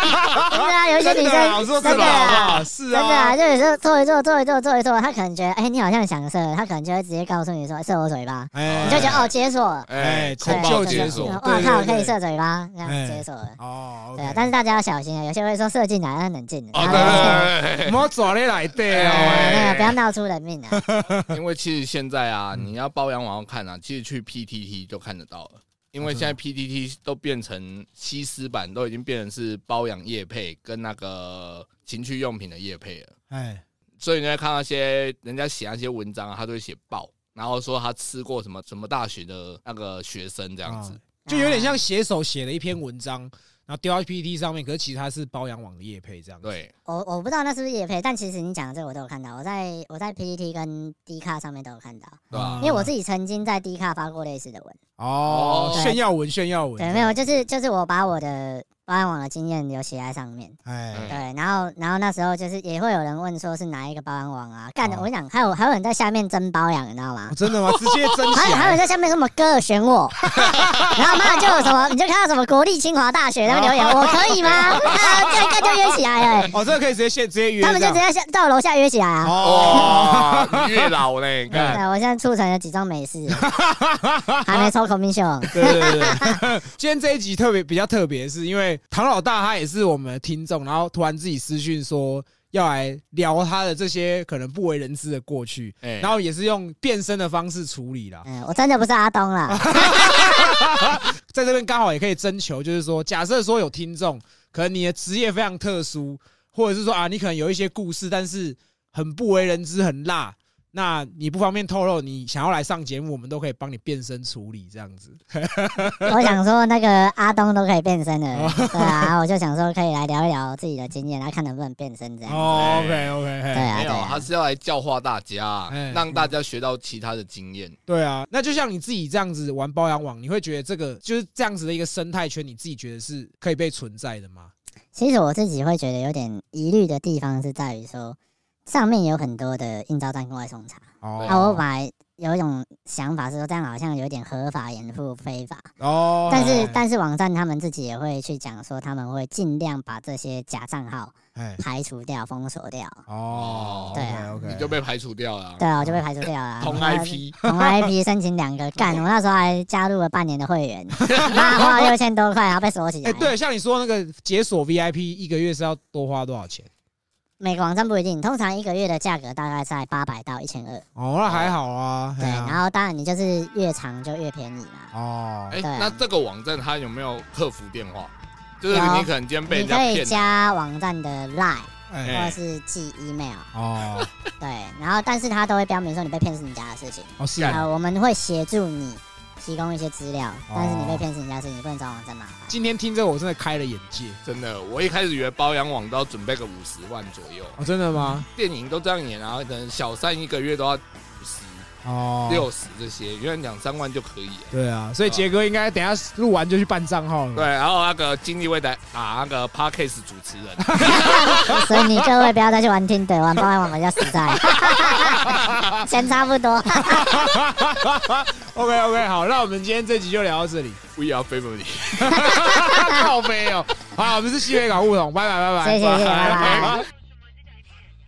S1: [laughs]
S3: 对真的啊，有一些女
S1: 真的啦我
S3: 生
S1: 说
S3: 真
S1: 真
S3: 的
S1: 的好不
S3: 啊
S1: 好？是
S3: 真的啊，
S1: 啊，
S3: 就有时候做一做，做一做，做一做，他可能觉得，哎、你好像想射了，他可能就会直接告诉你说射我嘴巴，
S1: 哎
S3: 你就觉得哦解锁了，
S2: 哎，
S1: 口
S2: 恐
S3: 对
S2: 爆
S3: 就
S2: 解
S3: 是
S2: 锁
S3: 嗯，
S1: 对
S3: 哇
S1: 对
S3: 靠，
S1: 对
S3: 可以射嘴巴，这样
S1: 哎
S3: 解锁了。
S1: 哦，
S3: 对啊，但是大家要小心啊，有些会说射进来，要冷静，
S2: 哦，
S3: 然后
S2: 对对对
S1: 莫抓你来啊对
S3: 哎那
S1: 哦，
S3: 个不要闹出人命啊。
S2: 对，因为其实现在啊，
S1: 嗯
S2: 你要包养网要看啊，其实去 PTT 就看得到了。因为现
S1: 啊
S2: 在 PTT 都变成西施版，都已经变成是包养业配跟那个情趣用品的业配了。
S1: 哎
S2: 所以你会看到一些人家写那些文章啊，他都会写爆，然后说他吃过什么什么大学的那个学生
S1: 这
S2: 这样子。，
S1: 啊就有
S3: 啊
S1: 点像写手写了一篇文章，然后丢到 PPT 上面，可是其实它是包养网的业配这样子，
S2: 对，
S3: 我我不知道那是不是也配，但其实你讲的这个我都有看到，我在我在 PPT 跟 D 卡上面都有看到，
S2: 对吧
S1: 嗯
S3: 因为我自己曾经在 D 卡发过类似的文。
S1: 哦，
S3: 对
S1: 炫耀文炫耀文，
S3: 对，没有，就是就是我把我的保安网的经验有写在上面。
S1: 哎
S2: 嗯
S3: 对，然后然后那时候就是也会有人问说是哪一个包养网啊？干的，
S1: 哦
S3: 我跟你讲，还有还有人在下面争包养，你知道吗
S1: 哦？真的吗？直
S3: [laughs]
S1: 接真
S3: 还
S1: 起
S3: 有还有人
S1: 来，
S3: 在下面什么哥尔选我， [laughs] 然后妈就
S1: [laughs]
S3: 有什么你就看到什么国立清华大学那边留言，我可以吗？啊，这个就约起来了、
S1: 哦，这个可以直接现直接约这
S3: 他
S1: 样，
S3: 们就直接下到楼下约起来啊。
S1: 哦，
S2: 哇，你月老嘞，你
S3: 对，
S2: 看，
S3: 我现在促成了几桩
S1: [laughs]
S3: 美事，还没抽孔明秀。
S1: 对对对对， [laughs] 今天这一集特别比较特别，是因为唐老大他也是我们的听众，然后突然自己私讯说要来聊他的这些可能不为人知的过去，
S2: 哎
S1: 然后也是用变身的方式处理啦。
S3: 嗯，我真的不是阿东
S1: [laughs]
S3: 啦，
S1: 在这边刚好也可以征求，就是说，假设说有听众，可能你的职业非常特殊，或者是说啊，你可能有一些故事，但是很不为人知，很辣。那你不方便透露，你想要来上节目，我们都可以帮你变身处理这样子。
S3: 我想说那个阿东都可以变身了，
S1: 哦
S3: 对啊，我就想说可以来聊一聊自己的经验，来看能不能变身这样。
S1: 哦，OK OK，
S3: 对啊，
S2: 没
S3: 对
S2: 有，
S3: 啊
S2: 他，是要来教化大家啊
S1: 哎，
S2: 让大家学到其他的经验。
S1: 对啊，那就像你自己这样子玩包养网，你会觉得这个就是这样子的一个生态圈，你自己觉得是可以被存在的吗？
S3: 其实我自己会觉得有点疑虑的地方是在于说，上面有很多的应招站跟外送茶，
S1: 哦
S3: 啊，我本来有一种想法是说这样好像有点合法掩护非法，
S1: 哦
S3: 但是但是网站他们自己也会去讲说他们会尽量把这些假账号
S1: 哎
S3: 排除掉、封锁掉。
S1: 哦，
S3: 对啊
S1: OK，
S2: 你就被排除掉了啊。
S3: 对啊，我就被排除掉了。
S2: 同 IP
S3: 同 IP 申请两个，干！我那时候还加入了半年的会员，妈花了六千多块，然后被锁起
S1: 哎
S2: [laughs]
S3: 来。
S1: 对，像你说那个解锁 VIP 一个月是要多花多少钱？
S3: 每个网站不一定，通常一个月的价格大概在八百到一千二。
S1: 哦，那还好啊，
S3: 对，
S1: 嘿啊
S3: 然后当然你就是越长就越便宜嘛。
S1: 哦，
S2: 哎，
S3: 对啊
S2: 那这个网站它有没有客服电话？就是你可能今天被人
S3: 你
S2: 家
S3: 可以
S2: 骗了，
S3: 加网站的 line 或
S1: 哎
S2: 哎
S3: 者是寄 email，
S1: 哦
S3: 对，然后但是他都会标明说你被骗是你家的事情，
S1: 哦是啊，
S3: 呃，我们会协助你提供一些资料，但是你
S1: 哦
S3: 被骗是你家的事情，你不能找网站麻烦。
S1: 今天听这个我真的开了眼界
S2: 真的，我一开始以为包养网都要准备个五十万左右，
S1: 哦，真的吗？
S2: 电影都这样演啊，可能小三一个月都要五十、
S1: 哦，
S2: 嗯六十这些，原来两三万就可以了。
S1: 对啊，所以杰哥应该等一下录完就去办账号了。
S2: 对，，然后那个经理会来打那个 podcast 主持人，
S3: 所以你各位不要再去玩听的，玩包玩网比较实在， [laughs] 钱差不多。
S1: OK OK，好，那我们今天这集就聊到这
S2: [laughs]
S1: 里。
S2: We are family。
S1: 靠背哦，好，我们是西北港物种，拜拜拜拜，
S3: 谢谢谢谢拜拜